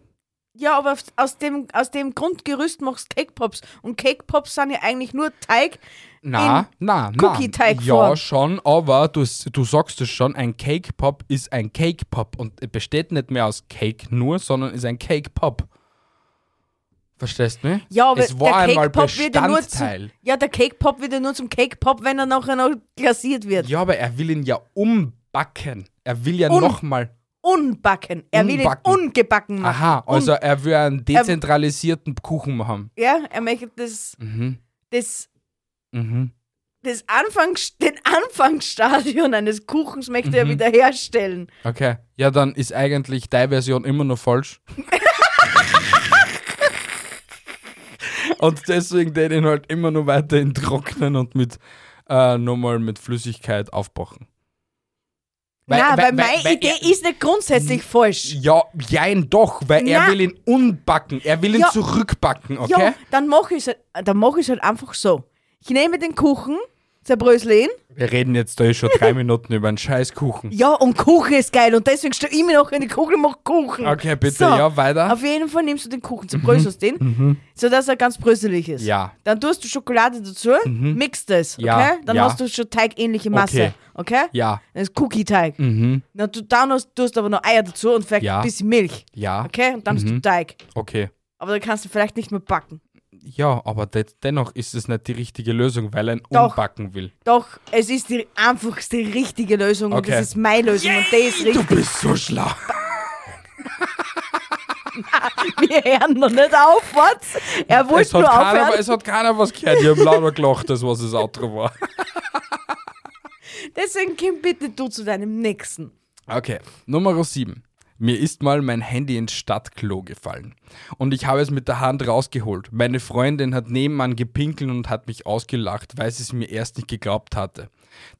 Speaker 4: Ja, aber auf- aus dem, aus dem Grundgerüst machst du Cake Pops. Und Cake Pops sind ja eigentlich nur Teig.
Speaker 3: Na, na, na.
Speaker 4: Cookie-Teigform.
Speaker 3: Ja, schon, aber du, s- du sagst es schon, ein Cake Pop ist ein Cake Pop und es besteht nicht mehr aus Cake nur, sondern ist ein Cake Pop. Verstehst du mich?
Speaker 4: Ja, aber
Speaker 3: es war
Speaker 4: der
Speaker 3: einmal
Speaker 4: Cake Pop wird ja nur
Speaker 3: Bestandteil.
Speaker 4: zum, Ja, der Cake Pop wird ja nur zum Cake Pop, wenn er nachher noch glasiert wird.
Speaker 3: Ja, aber er will ihn ja umbacken. Er will ja
Speaker 4: Um-
Speaker 3: nochmal.
Speaker 4: Unbacken. Er will ihn
Speaker 3: Unbacken.
Speaker 4: ungebacken machen.
Speaker 3: Aha,
Speaker 4: Un-
Speaker 3: also er will einen dezentralisierten Kuchen haben.
Speaker 4: ja, er möchte das,
Speaker 3: Mhm.
Speaker 4: das,
Speaker 3: Mhm.
Speaker 4: das Anfangs, den Anfangsstadion eines Kuchens möchte er
Speaker 3: Mhm.
Speaker 4: wiederherstellen.
Speaker 3: Okay. Ja, dann ist eigentlich deine Version immer noch falsch. und deswegen den Inhalt immer nur weiterhin trocknen und mit äh, nochmal mit Flüssigkeit aufbacken.
Speaker 4: Nein, weil, meine
Speaker 3: weil
Speaker 4: Idee
Speaker 3: er-
Speaker 4: ist nicht grundsätzlich falsch.
Speaker 3: Ja, jein doch, weil er
Speaker 4: Na.
Speaker 3: will ihn unbacken. Er will ihn
Speaker 4: Ja.
Speaker 3: zurückbacken, okay?
Speaker 4: Ja, dann mache ich es halt, dann mach ich's halt einfach so. Ich nehme den Kuchen, zerbrösle ihn.
Speaker 3: Wir reden jetzt da eh schon drei Minuten über einen Scheißkuchen.
Speaker 4: Ja, und Kuchen ist geil und deswegen stelle ich mir noch in die Kuchen und mache Kuchen.
Speaker 3: Okay, bitte, ja, weiter. Mhm,
Speaker 4: Auf jeden Fall nimmst du den Kuchen, zerbröselst den, sodass er ganz bröselig ist.
Speaker 3: Ja. Mhm.
Speaker 4: Dann tust du Schokolade dazu, mixt es, okay?
Speaker 3: Ja,
Speaker 4: Dann
Speaker 3: ja.
Speaker 4: hast du schon teigähnliche Masse, okay?
Speaker 3: Ja, Mhm.
Speaker 4: Das ist Cookie-Teig. Na, du, dann hast, tust aber noch Eier dazu und vielleicht
Speaker 3: Ja. Mhm.
Speaker 4: ein bisschen Milch,
Speaker 3: ja,
Speaker 4: okay? Und dann hast du Teig.
Speaker 3: okay.
Speaker 4: Aber dann kannst du vielleicht nicht mehr backen.
Speaker 3: Ja, aber de dennoch ist es nicht die richtige Lösung, weil er ihn
Speaker 4: Doch.
Speaker 3: umbacken will.
Speaker 4: Doch, es ist die einfachste richtige Lösung und
Speaker 3: Okay.
Speaker 4: das ist meine Lösung und die ist
Speaker 3: Du
Speaker 4: richtig.
Speaker 3: bist so schlau.
Speaker 4: Wir hören noch nicht auf, was? Er
Speaker 3: Es
Speaker 4: wollte
Speaker 3: hat,
Speaker 4: nur
Speaker 3: keiner,
Speaker 4: aufhören.
Speaker 3: es hat keiner was gehört. Ich habe lauter gelacht, das was das Outro war.
Speaker 4: Deswegen Kim, bitte du zu deinem nächsten.
Speaker 3: Okay, Nummer 7. Mir ist mal mein Handy ins Stadtklo gefallen und ich habe es mit der Hand rausgeholt. Meine Freundin hat nebenan gepinkelt und hat mich ausgelacht, weil sie es mir erst nicht geglaubt hatte.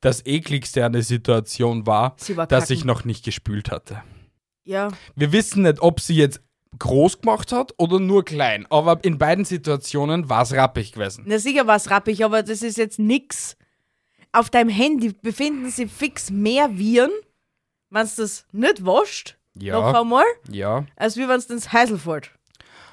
Speaker 3: Das ekligste an der Situation war,
Speaker 4: Sie war
Speaker 3: dass
Speaker 4: kacken.
Speaker 3: ich noch nicht gespült hatte.
Speaker 4: Ja.
Speaker 3: Wir wissen nicht, ob sie jetzt groß gemacht hat oder nur klein, aber in beiden Situationen war es rappig gewesen.
Speaker 4: Na sicher war es rappig, aber das ist jetzt nix. Auf deinem Handy befinden sich fix mehr Viren, wenn du das nicht wascht,
Speaker 3: Ja.
Speaker 4: noch einmal,
Speaker 3: Ja.
Speaker 4: als wie wenn es ins Heisel fällt.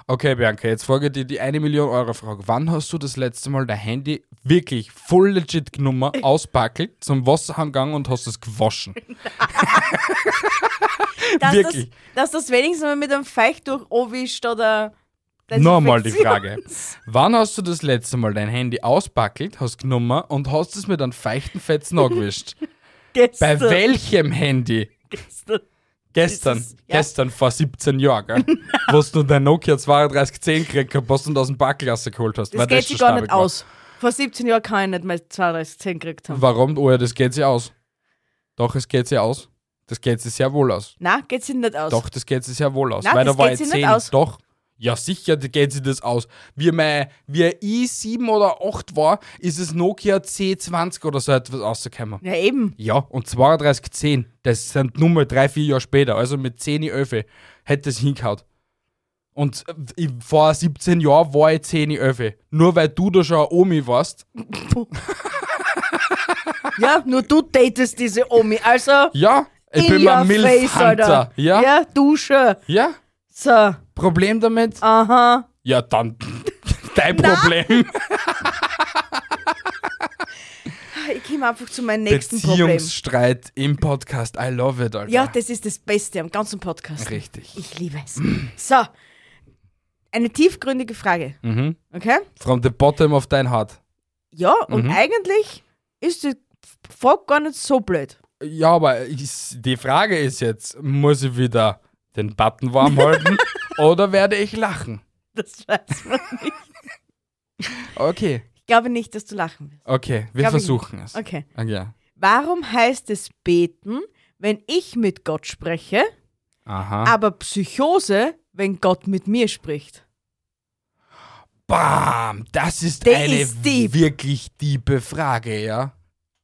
Speaker 3: Okay, Bianca, jetzt folge dir die eine Million Euro Frage. Wann hast du das letzte Mal dein Handy wirklich voll legit genommen, auspackelt, zum Wasserhang gegangen und hast es gewaschen?
Speaker 4: Dass
Speaker 3: Wirklich?
Speaker 4: Das, dass das wenigstens mal mit einem Feich durch Owisch oder. Also
Speaker 3: Nochmal die Frage.
Speaker 4: Desinfektions-
Speaker 3: Wann hast du das letzte Mal dein Handy auspackelt, hast genommen und hast es mit einem feichten Fetzen angewischt? Bei
Speaker 4: Gestern.
Speaker 3: welchem Handy?
Speaker 4: Gestern.
Speaker 3: Gestern,
Speaker 4: Dieses- ja.
Speaker 3: gestern vor 17 Jahren, gell? wo du dein Nokia 3210 gekriegt hast und aus dem Backlasse geholt hast. weil
Speaker 4: Das geht
Speaker 3: schon
Speaker 4: sich gar
Speaker 3: stabil
Speaker 4: nicht
Speaker 3: war.
Speaker 4: aus. Vor 17 Jahren kann ich nicht mal 32 gekriegt haben.
Speaker 3: Warum? Oh ja, das geht sie aus. Doch, es geht sie aus. Das geht sie sehr wohl aus.
Speaker 4: Nein, geht sich nicht aus.
Speaker 3: Doch, das geht sie sehr wohl aus.
Speaker 4: Nein,
Speaker 3: weil
Speaker 4: das
Speaker 3: da war
Speaker 4: geht
Speaker 3: ich
Speaker 4: sie nicht
Speaker 3: 10.
Speaker 4: aus.
Speaker 3: Doch. Ja, sicher da geht sie das aus. Wie mein, wie ein i7 oder 8 war, ist es Nokia C20 oder so etwas rausgekommen.
Speaker 4: Ja, eben.
Speaker 3: Ja, und 3210, das sind nur mal drei, vier Jahre später, also mit 10, 11, hätte es hingehaut. Und äh, ich- vor 17 Jahren war ich 10, 11. Nur weil du da schon eine Omi warst.
Speaker 4: Ja, nur du datest diese Omi. Also,
Speaker 3: Ja, ich
Speaker 4: in
Speaker 3: bin mal
Speaker 4: your
Speaker 3: Milf
Speaker 4: face,
Speaker 3: Hunter.
Speaker 4: Alter.
Speaker 3: Ja, ja.
Speaker 4: ja, Dusche. So,
Speaker 3: Problem damit?
Speaker 4: aha.
Speaker 3: Ja, dann dein Problem.
Speaker 4: Ich komme einfach zu meinem nächsten Problem.
Speaker 3: Beziehungsstreit im Podcast. I love it, Alter.
Speaker 4: Ja, das ist das Beste am ganzen Podcast.
Speaker 3: Richtig.
Speaker 4: Ich liebe es. So, eine tiefgründige Frage.
Speaker 3: Mhm.
Speaker 4: Okay?
Speaker 3: From the bottom of dein Heart.
Speaker 4: Ja, und
Speaker 3: Mhm.
Speaker 4: eigentlich ist die Frage gar nicht so blöd.
Speaker 3: Ja, aber ist, die Frage ist jetzt, muss ich wieder den Button warm halten oder werde ich lachen?
Speaker 4: Das weiß man.
Speaker 3: Okay,
Speaker 4: Ich glaube nicht, dass du lachen wirst.
Speaker 3: okay, wir
Speaker 4: Glaub ich
Speaker 3: versuchen es. Ah,
Speaker 4: Okay.
Speaker 3: Okay.
Speaker 4: Warum heißt es beten, wenn ich mit Gott spreche,
Speaker 3: Aha.
Speaker 4: aber Psychose, wenn Gott mit mir spricht?
Speaker 3: Bam! Das ist
Speaker 4: Der
Speaker 3: eine
Speaker 4: ist deep.
Speaker 3: wirklich tiefe Frage, ja?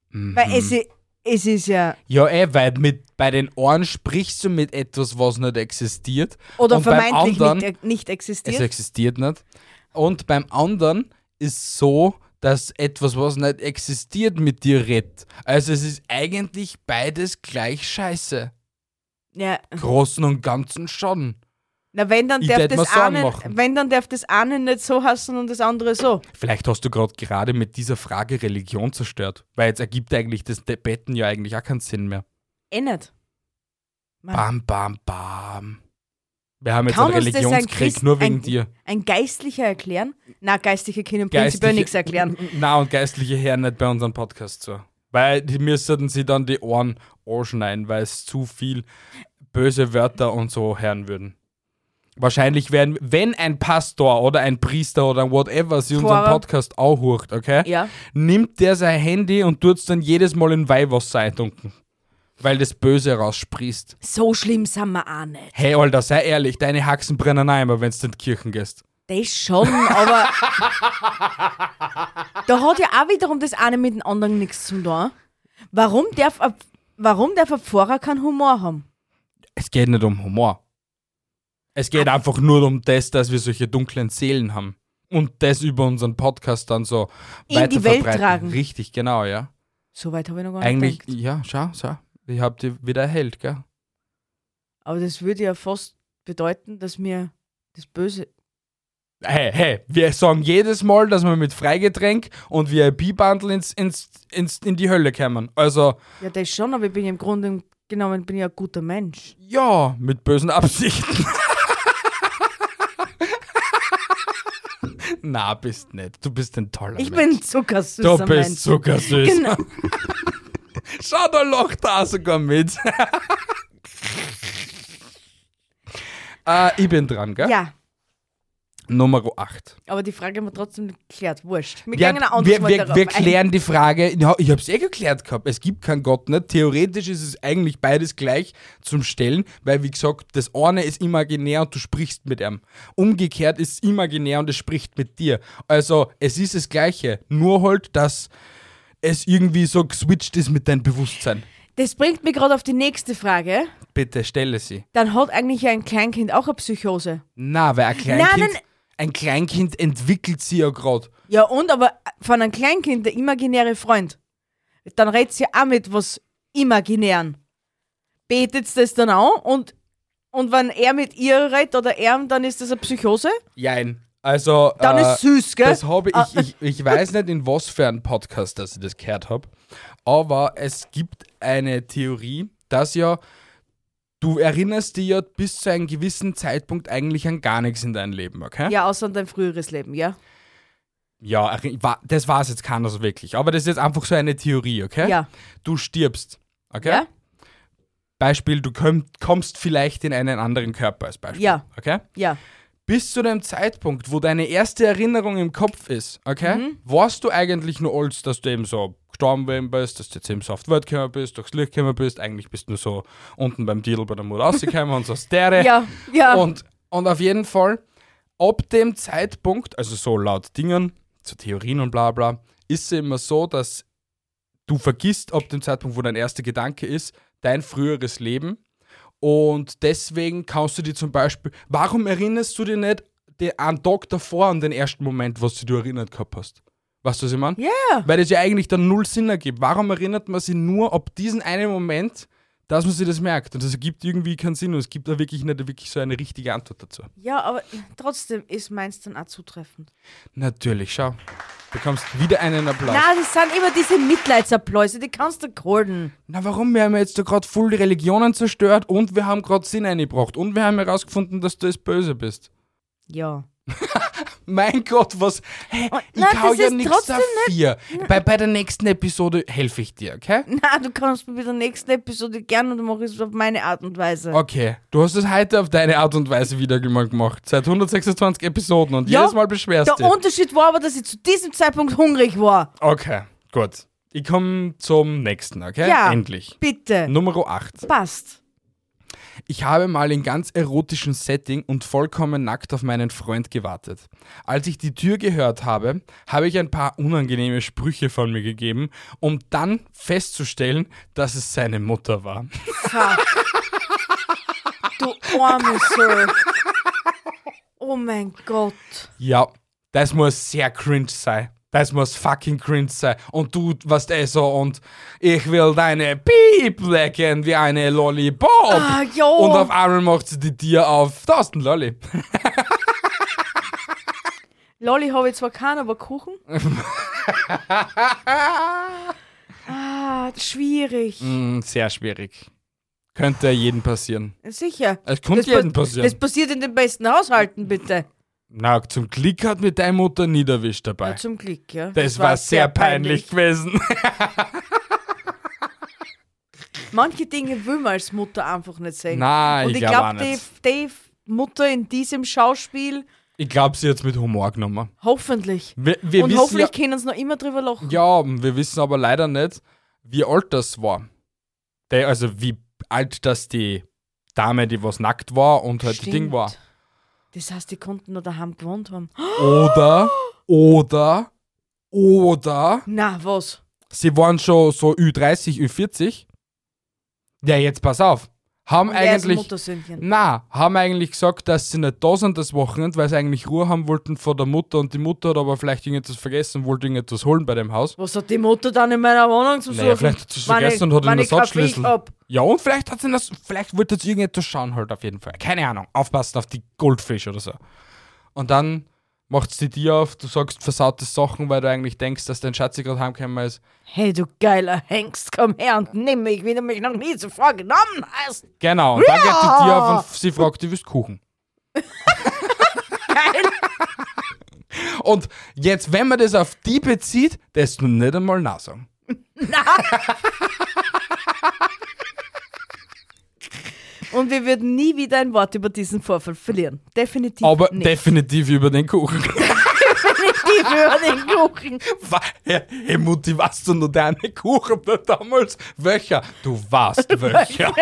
Speaker 3: Mhm.
Speaker 4: Weil es, i- es ist ja.
Speaker 3: Ja, eh, weil mit, bei den Ohren sprichst du mit etwas, was nicht existiert.
Speaker 4: Oder
Speaker 3: Und beim
Speaker 4: vermeintlich
Speaker 3: anderen,
Speaker 4: nicht, e-, nicht
Speaker 3: Es
Speaker 4: existiert.
Speaker 3: existiert nicht. Und beim anderen ist so, dass etwas, was nicht existiert, mit dir redet. Also es ist eigentlich beides gleich scheiße.
Speaker 4: Ja.
Speaker 3: Großen und Ganzen schon.
Speaker 4: Na, wenn dann,
Speaker 3: Ich
Speaker 4: darf
Speaker 3: tät mir
Speaker 4: das
Speaker 3: Sorgen
Speaker 4: eine,
Speaker 3: machen.
Speaker 4: wenn dann darf das eine nicht so hassen und das andere so.
Speaker 3: Vielleicht hast du gerade gerade mit dieser Frage Religion zerstört. Weil jetzt ergibt eigentlich das Debatten ja eigentlich auch keinen Sinn mehr.
Speaker 4: Eh nicht. Mann,
Speaker 3: Bam, bam, bam. Wir haben jetzt
Speaker 4: Ah. Kann
Speaker 3: einen
Speaker 4: uns das ein
Speaker 3: Religionskrieg
Speaker 4: Christ-
Speaker 3: nur wegen
Speaker 4: ein-
Speaker 3: dir.
Speaker 4: Ein Geistlicher erklären? Na, Geistliche können prinzipiell nichts erklären.
Speaker 3: Na und geistliche Herren nicht bei unserem Podcast so. Weil die müssten sie dann die Ohren anschneiden, weil es zu viel böse Wörter und so hören würden. Wahrscheinlich werden, wenn ein Pastor oder ein Priester oder whatever sie unseren
Speaker 4: Pfarrer.
Speaker 3: Podcast auch hört, okay?
Speaker 4: Ja.
Speaker 3: Nimmt der sein Handy und tut es dann jedes Mal in Weihwasser eintunken. Weil das Böse raussprießt.
Speaker 4: So schlimm sind wir auch nicht.
Speaker 3: Hey, Alter, sei ehrlich, deine Haxen brennen auch immer, wenn du in die Kirchen gehst.
Speaker 4: Das schon, aber. da hat ja auch wiederum das eine mit dem anderen nichts zu tun. Warum darf ein warum der Verpfarrer keinen Humor haben.
Speaker 3: Es geht nicht um Humor. Es geht einfach nur um das, dass wir solche dunklen Seelen haben. Und das über unseren Podcast dann so
Speaker 4: In die Welt
Speaker 3: weiterverbreiten.
Speaker 4: tragen. Oh,
Speaker 3: Richtig, genau, ja.
Speaker 4: So weit habe ich noch gar nicht
Speaker 3: Eigentlich,
Speaker 4: gedacht.
Speaker 3: ja, schau, schau. Ich hab die wieder erhellt, gell?
Speaker 4: Aber das würde ja fast bedeuten, dass mir das Böse.
Speaker 3: Hey, hey, wir sagen jedes Mal, dass wir mit Freigetränk und VIP-Bundle ins, ins, ins, in die Hölle kommen. Also,
Speaker 4: Ja, das schon, aber ich bin ja im Grunde genommen bin ich ein guter Mensch.
Speaker 3: ja, mit bösen Absichten. Na, bist nicht. Du bist ein toller
Speaker 4: Ich
Speaker 3: Mensch.
Speaker 4: bin zuckersüßer
Speaker 3: Du
Speaker 4: Mensch.
Speaker 3: bist zuckersüß.
Speaker 4: Genau.
Speaker 3: Schau, da lacht er sogar mit. äh, ich bin dran, gell?
Speaker 4: Ja,
Speaker 3: Nummer 8.
Speaker 4: aber die Frage haben wir trotzdem nicht geklärt. Wurscht. Wir
Speaker 3: Ja,
Speaker 4: gehen ein anderes
Speaker 3: wir,
Speaker 4: Mal
Speaker 3: wir,
Speaker 4: darauf
Speaker 3: wir
Speaker 4: ein.
Speaker 3: klären die Frage, ja, ich habe es eh geklärt gehabt, es gibt keinen Gott nicht. Theoretisch ist es eigentlich beides gleich zum Stellen, weil wie gesagt, das eine ist imaginär und du sprichst mit ihm. Umgekehrt ist es imaginär und es spricht mit dir. Also es ist das Gleiche, nur halt, dass es irgendwie so geswitcht ist mit deinem Bewusstsein.
Speaker 4: Das bringt mich gerade auf die nächste Frage.
Speaker 3: Bitte stelle sie.
Speaker 4: Dann hat eigentlich ein Kleinkind auch eine Psychose.
Speaker 3: Na, weil ein Kleinkind,
Speaker 4: Nein, nein.
Speaker 3: ein Kleinkind entwickelt sie ja gerade.
Speaker 4: Ja, und aber äh, von einem Kleinkind der imaginäre Freund. Dann redet ja auch mit was Imaginären. Betet das dann auch und, und wenn er mit ihr redet oder er, dann ist das eine Psychose?
Speaker 3: Jein. Also,
Speaker 4: Dann
Speaker 3: äh,
Speaker 4: ist süß, gell?
Speaker 3: das habe
Speaker 4: Ah.
Speaker 3: ich, ich, ich weiß nicht, in was für einem Podcast, dass ich das gehört habe, aber es gibt eine Theorie, dass ja, du erinnerst dich ja bis zu einem gewissen Zeitpunkt eigentlich an gar nichts in deinem Leben, okay?
Speaker 4: Ja, außer an dein früheres Leben, ja.
Speaker 3: Ja, erri- wa- das weiß jetzt keiner so wirklich, aber das ist jetzt einfach so eine Theorie, okay?
Speaker 4: Ja.
Speaker 3: Du stirbst, okay?
Speaker 4: Ja.
Speaker 3: Beispiel, du kömm- kommst vielleicht in einen anderen Körper als Beispiel,
Speaker 4: Ja.
Speaker 3: okay?
Speaker 4: Ja.
Speaker 3: bis zu dem Zeitpunkt, wo deine erste Erinnerung im Kopf ist, okay,
Speaker 4: Mhm.
Speaker 3: warst du eigentlich nur als, dass du eben so gestorben worden bist, dass du jetzt eben so auf die Welt gekommen bist, durchs Licht gekommen bist, eigentlich bist du nur so unten beim Titel bei der Mutter rausgekommen und so Stere.
Speaker 4: Ja, ja.
Speaker 3: Äh, Und, und auf jeden Fall, ab dem Zeitpunkt, also so laut Dingen, zu Theorien und bla bla, ist es immer so, dass du vergisst ab dem Zeitpunkt, wo dein erster Gedanke ist, dein früheres Leben. Und deswegen kannst du dir zum Beispiel, warum erinnerst du dich nicht de- an den Tag davor, an den ersten Moment, was du dir erinnert gehabt hast? Weißt du, was ich meine?
Speaker 4: Ja.
Speaker 3: Weil das ja eigentlich dann null Sinn ergibt. Warum erinnert man sich nur ab diesen einen Moment, dass man sich das merkt? Und das ergibt irgendwie keinen Sinn und es gibt da wirklich nicht wirklich so eine richtige Antwort dazu.
Speaker 4: Ja, aber trotzdem ist meins dann auch zutreffend.
Speaker 3: Natürlich, schau. Du bekommst wieder einen Applaus.
Speaker 4: Na, das sind immer diese Mitleidsapplaus, die kannst du golden.
Speaker 3: Na warum? Wir haben ja jetzt da gerade voll die Religionen zerstört und wir haben gerade Sinn eingebracht und wir haben herausgefunden, dass du das Böse bist.
Speaker 4: Ja.
Speaker 3: Mein Gott, was? Hey,
Speaker 4: Und-
Speaker 3: ich
Speaker 4: Nein,
Speaker 3: hau
Speaker 4: das
Speaker 3: ja
Speaker 4: ist
Speaker 3: nichts
Speaker 4: trotzdem
Speaker 3: dafür. Bei, bei der nächsten Episode helfe ich dir, okay?
Speaker 4: Na, du kannst mir bei der nächsten Episode gern und mach ich es auf meine Art und Weise.
Speaker 3: Okay, du hast es heute auf deine Art und Weise wieder mal gemacht. Seit 126 Episoden und
Speaker 4: Ja,
Speaker 3: jedes Mal beschwerst
Speaker 4: Der
Speaker 3: du.
Speaker 4: Unterschied war aber, dass ich zu diesem Zeitpunkt hungrig war.
Speaker 3: Okay, gut. Ich komme zum nächsten, okay?
Speaker 4: Ja.
Speaker 3: Endlich.
Speaker 4: Bitte.
Speaker 3: Nummer 8.
Speaker 4: Passt.
Speaker 3: Ich habe mal in ganz erotischem Setting und vollkommen nackt auf meinen Freund gewartet. Als ich die Tür gehört habe, habe ich ein paar unangenehme Sprüche von mir gegeben, um dann festzustellen, dass es seine Mutter war.
Speaker 4: Du arme Sohn. Oh mein Gott.
Speaker 3: Ja, das muss sehr cringe sein. Das muss fucking cringe sein. Und du, was eh so, und ich will deine Piep lecken wie eine Lollipop.
Speaker 4: Ah, jo.
Speaker 3: Und auf einmal macht sie die Tür auf. Da ist ein Lolli.
Speaker 4: Lolli habe ich zwar keinen, aber Kuchen? ah, schwierig.
Speaker 3: Hm, Sehr schwierig. Könnte jedem passieren.
Speaker 4: Sicher.
Speaker 3: Es kommt
Speaker 4: Das
Speaker 3: jedem
Speaker 4: pa-
Speaker 3: passieren.
Speaker 4: Das passiert in den besten Haushalten, bitte.
Speaker 3: Na, zum Glück hat mir deine Mutter nie erwischt dabei.
Speaker 4: Ja, zum Glück, ja.
Speaker 3: das, war sehr peinlich, gewesen.
Speaker 4: Manche Dinge will man als Mutter einfach nicht sehen.
Speaker 3: Nein,
Speaker 4: Und
Speaker 3: ich
Speaker 4: ich
Speaker 3: glaube auch
Speaker 4: glaube, die,
Speaker 3: nicht.
Speaker 4: die Mutter in diesem Schauspiel,
Speaker 3: Ich glaube, sie hat es mit Humor genommen.
Speaker 4: hoffentlich.
Speaker 3: Wir, wir
Speaker 4: Und
Speaker 3: wissen
Speaker 4: hoffentlich können sie noch immer drüber lachen.
Speaker 3: ja, ja, wir wissen aber leider nicht, wie alt das war. Der, also wie alt das die Dame, die was nackt war und halt die
Speaker 4: Stimmt.
Speaker 3: Ding war.
Speaker 4: Das heißt, die konnten noch daheim gewohnt haben. Ah,
Speaker 3: Oder, oder, oder,
Speaker 4: Na, was?
Speaker 3: sie waren schon so Ü30, Ü40 Ja, jetzt pass auf. Haben
Speaker 4: Er ist
Speaker 3: eigentlich.
Speaker 4: Muttersöhnchen.
Speaker 3: Na, haben eigentlich gesagt, dass sie nicht da sind das Wochenende, weil sie eigentlich Ruhe haben wollten von der Mutter und die Mutter hat aber vielleicht irgendetwas vergessen, wollte irgendetwas holen bei dem Haus.
Speaker 4: Was hat die Mutter dann in meiner Wohnung zu suchen?
Speaker 3: Naja, vielleicht hat sie es
Speaker 4: Wenn
Speaker 3: vergessen
Speaker 4: ich-
Speaker 3: und hat
Speaker 4: wenn
Speaker 3: einen
Speaker 4: ich kein
Speaker 3: Ersatzschlüssel.
Speaker 4: Viech hab.
Speaker 3: Ja, und vielleicht hat sie das, vielleicht wollte sie irgendetwas schauen halt auf jeden Fall. Keine Ahnung, aufpassen auf die Goldfisch oder so. Und dann macht sie die Tür auf, du sagst versaute Sachen, weil du eigentlich denkst, dass dein Schatzi gerade heimgekommen ist.
Speaker 4: Hey, du geiler Hengst, komm her und nimm mich, wie du mich noch nie zuvor genommen hast.
Speaker 3: Genau, und dann geht die Tür auf und sie fragt, du willst Kuchen. und jetzt, wenn man das auf die bezieht, darfst du nicht einmal Nein sagen.
Speaker 4: Und wir würden nie wieder ein Wort über diesen Vorfall verlieren. Definitiv
Speaker 3: Aber
Speaker 4: nicht.
Speaker 3: definitiv über den Kuchen.
Speaker 4: Definitiv über den Kuchen.
Speaker 3: Wa- Hey, hey Mutti, warst du noch deine Kuchen da damals? Welcher? Du warst welcher.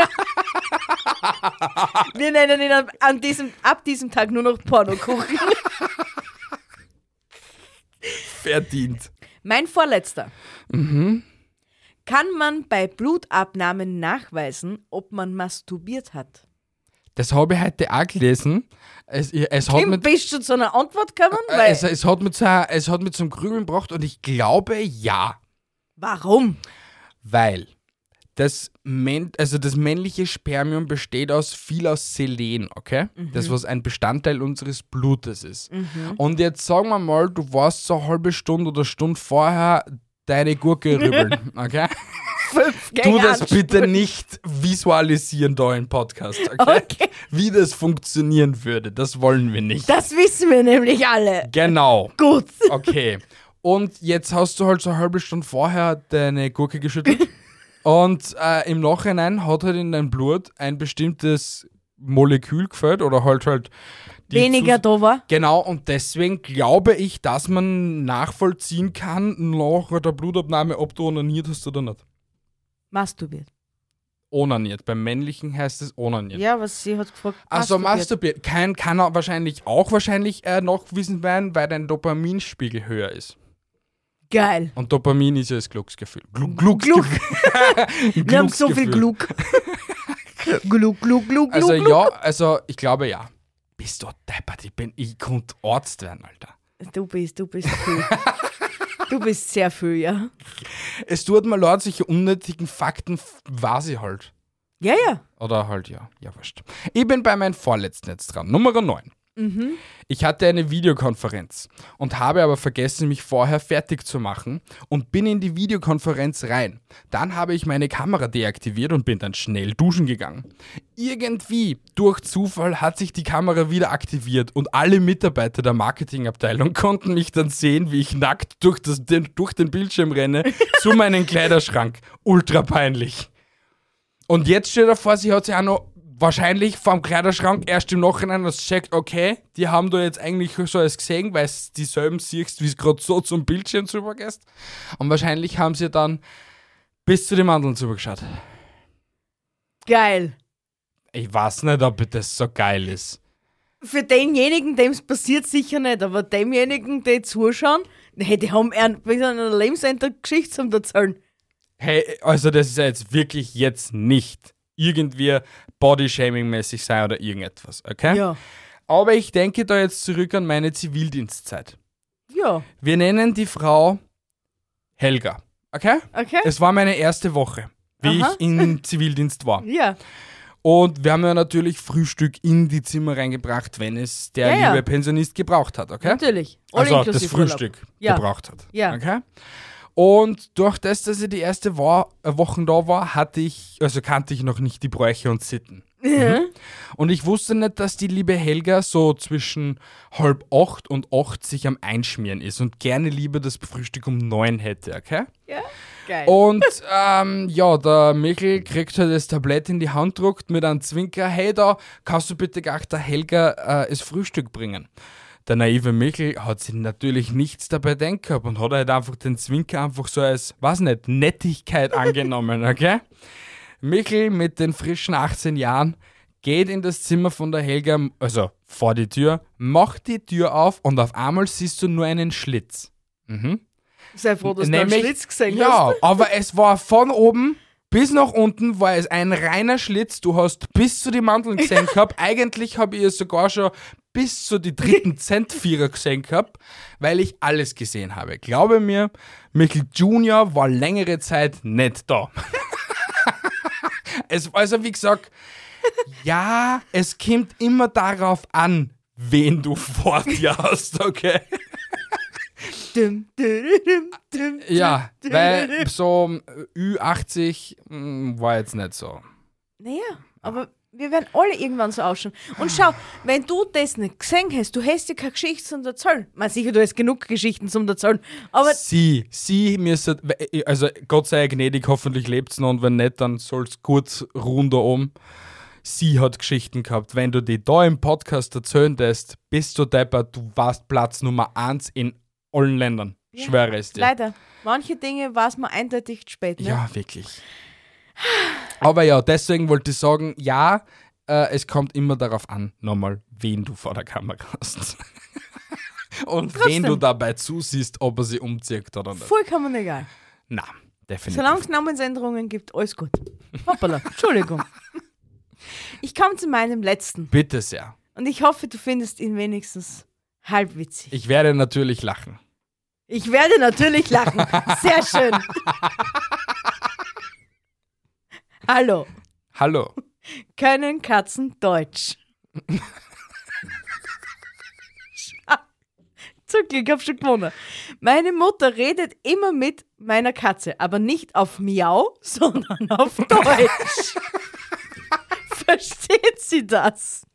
Speaker 4: Wir nennen ihn ab- an diesem, ab diesem Tag nur noch Pornokuchen.
Speaker 3: Verdient.
Speaker 4: Mein vorletzter.
Speaker 3: Mhm.
Speaker 4: Kann man bei Blutabnahmen nachweisen, ob man masturbiert hat?
Speaker 3: Das habe ich heute auch gelesen. Es, es hat
Speaker 4: Tim,
Speaker 3: mit
Speaker 4: bist du zu einer Antwort gekommen? Weil,
Speaker 3: es, es hat mit so, es hat mit zum Grübeln gebracht und ich glaube ja.
Speaker 4: warum?
Speaker 3: Weil das, Män also das männliche Spermium besteht aus viel aus Selen, okay? Das, was ein Bestandteil unseres Blutes ist. Und jetzt sagen wir mal, du warst so eine halbe Stunde oder Stunde vorher deine Gurke rübeln, okay? Tu das bitte nicht visualisieren da im Podcast, okay?
Speaker 4: Okay.
Speaker 3: Wie das funktionieren würde, das wollen wir nicht.
Speaker 4: Das wissen wir nämlich alle.
Speaker 3: genau.
Speaker 4: Gut.
Speaker 3: Okay. Und jetzt hast du halt so eine halbe Stunde vorher deine Gurke geschüttelt. und äh, im Nachhinein hat halt in dein Blut ein bestimmtes Molekül gefällt oder halt halt. die
Speaker 4: Weniger
Speaker 3: Zus-
Speaker 4: da war.
Speaker 3: Genau, und deswegen glaube ich, dass man nachvollziehen kann, nach der Blutabnahme, ob du onaniert hast oder nicht.
Speaker 4: Masturbiert.
Speaker 3: Onaniert. Beim männlichen heißt es onaniert.
Speaker 4: Ja, was sie hat gefragt.
Speaker 3: Also
Speaker 4: masturbiert.
Speaker 3: masturbiert kann, kann er wahrscheinlich auch wahrscheinlich äh, nachgewiesen werden, weil dein Dopaminspiegel höher ist.
Speaker 4: Geil.
Speaker 3: Und Dopamin ist ja das Glücksgefühl. Gluck, Gluck, Gluck.
Speaker 4: Wir haben so viel Gluck. Gluck, Gluck, Gluck, Gluck.
Speaker 3: Also
Speaker 4: Gluck.
Speaker 3: ja, also ich glaube ja. Bist du deppert, ich bin, ich konnte Arzt werden, Alter.
Speaker 4: Du bist, du bist viel. du bist sehr viel, ja.
Speaker 3: Es tut mir leid, solche unnötigen Fakten f- weiß ich halt.
Speaker 4: Ja, ja.
Speaker 3: Oder halt ja, ja wurscht. Ich bin bei meinem vorletzten jetzt dran, Nummer 9. Ich hatte eine Videokonferenz und habe aber vergessen, mich vorher fertig zu machen und bin in die Videokonferenz rein. Dann habe ich meine Kamera deaktiviert und bin dann schnell duschen gegangen. Irgendwie, durch Zufall, hat sich die Kamera wieder aktiviert und alle Mitarbeiter der Marketingabteilung konnten mich dann sehen, wie ich nackt durch, das, den, durch den Bildschirm renne zu meinem Kleiderschrank. Ultra peinlich. Und jetzt steht er vor, sie hat sich auch noch wahrscheinlich vom Kleiderschrank erst im Nachhinein was checkt, okay, die haben da jetzt eigentlich schon alles gesehen, weil es dieselben siehst, wie es gerade so zum Bildschirm rübergehst. Und wahrscheinlich haben sie dann bis zu den Mandeln rübergeschaut.
Speaker 4: Geil.
Speaker 3: Ich weiß nicht, ob das so geil ist.
Speaker 4: Für denjenigen, dem es passiert, sicher nicht, aber demjenigen, die zuschauen, hey, die haben ein bisschen eine Lebensende-Geschichte zum Erzählen.
Speaker 3: Hey, also das ist ja jetzt wirklich jetzt nicht irgendwie Bodyshaming-mäßig sein oder irgendetwas, okay?
Speaker 4: Ja.
Speaker 3: Aber ich denke da jetzt zurück an meine Zivildienstzeit.
Speaker 4: Ja,
Speaker 3: Wir nennen die Frau Helga. Okay?
Speaker 4: okay.
Speaker 3: Es war meine erste Woche, wie
Speaker 4: Aha.
Speaker 3: ich im Zivildienst war.
Speaker 4: ja.
Speaker 3: Und wir haben ja natürlich Frühstück in die Zimmer reingebracht, wenn es der
Speaker 4: Ja, ja.
Speaker 3: liebe Pensionist gebraucht hat, okay?
Speaker 4: Natürlich.
Speaker 3: Also das
Speaker 4: All-inclusive Urlaub.
Speaker 3: Frühstück
Speaker 4: Ja.
Speaker 3: gebraucht hat.
Speaker 4: Ja.
Speaker 3: Okay? Und durch das, dass ich die erste Wa- äh, Woche da war, hatte ich, also kannte ich noch nicht die Bräuche und Sitten. Mhm. Und ich wusste nicht, dass die liebe Helga so zwischen halb acht und acht sich am Einschmieren ist und gerne lieber das Frühstück um neun hätte, okay?
Speaker 4: Geil.
Speaker 3: Und ähm, ja, der Michel kriegt halt das Tablett in die Hand, druckt mit einem Zwinker, hey da, kannst du bitte gleich der Helga äh, das Frühstück bringen? Der naive Michel hat sich natürlich nichts dabei denkt gehabt und hat halt einfach den Zwinker einfach so als, weiß nicht, Nettigkeit angenommen, okay? Michel mit den frischen 18 Jahren geht in das Zimmer von der Helga, also vor die Tür, macht die Tür auf und auf einmal siehst du nur einen Schlitz.
Speaker 4: Sei froh, dass du einen Schlitz gesehen
Speaker 3: Ja,
Speaker 4: hast.
Speaker 3: aber es war von oben Bis nach unten war es ein reiner Schlitz. Du hast bis zu die Mandeln gesehen gehabt. Eigentlich habe ich es sogar schon bis zu die dritten Zentvierer gesehen gehabt, weil ich alles gesehen habe. Glaube mir, Michael Junior war längere Zeit nicht da. es, also wie gesagt, ja, es kommt immer darauf an, wen du vor dir hast, okay?
Speaker 4: Dum, dum, dum, dum.
Speaker 3: Ja, weil so äh, Ü80 mm, war jetzt nicht so.
Speaker 4: Naja, aber wir werden alle irgendwann so ausschauen. Und schau, wenn du das nicht gesehen hast, du hast ja keine Geschichte zum Erzählen. Man sicher, du hast genug Geschichten zum Erzählen. Aber
Speaker 3: Sie, sie müssen, also Gott sei gnädig, hoffentlich lebt's noch und wenn nicht, dann soll's kurz ruhen da oben. Sie hat Geschichten gehabt. Wenn du die da im Podcast erzählen lässt, bist du deppert, du warst Platz Nummer 1 in allen Ländern. Schwöre es dir.
Speaker 4: leider, manche Dinge weiß man eindeutig zu spät. Ne?
Speaker 3: Ja, wirklich. Aber ja, deswegen wollte ich sagen, ja, äh, es kommt immer darauf an, nochmal, wen du vor der Kamera hast. Und wen du dabei zusiehst, ob er sie umzieht oder nicht.
Speaker 4: Vollkommen egal.
Speaker 3: Na, definitiv.
Speaker 4: Solange es Namensänderungen gibt, alles gut. Hoppala, Entschuldigung. Ich komme zu meinem letzten
Speaker 3: Bitte sehr.
Speaker 4: und ich hoffe, du findest ihn wenigstens halb witzig.
Speaker 3: Ich werde natürlich lachen.
Speaker 4: Ich werde natürlich lachen. Sehr schön. Hallo,
Speaker 3: Hallo.
Speaker 4: können Katzen Deutsch? Zum Glück hab schon gewonnen. Meine Mutter redet immer mit meiner Katze, aber nicht auf Miau, sondern auf Deutsch. Versteht sie das?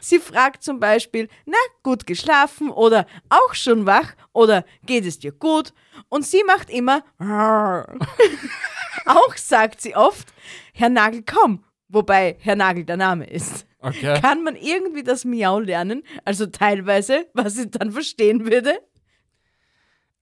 Speaker 4: Sie fragt zum Beispiel, na, gut geschlafen oder auch schon wach oder geht es dir gut? Und sie macht immer Auch sagt sie oft, Herr Nagel, komm, wobei Herr Nagel der Name ist.
Speaker 3: Okay.
Speaker 4: Kann man irgendwie das Miau lernen? Also teilweise, was ich dann verstehen würde?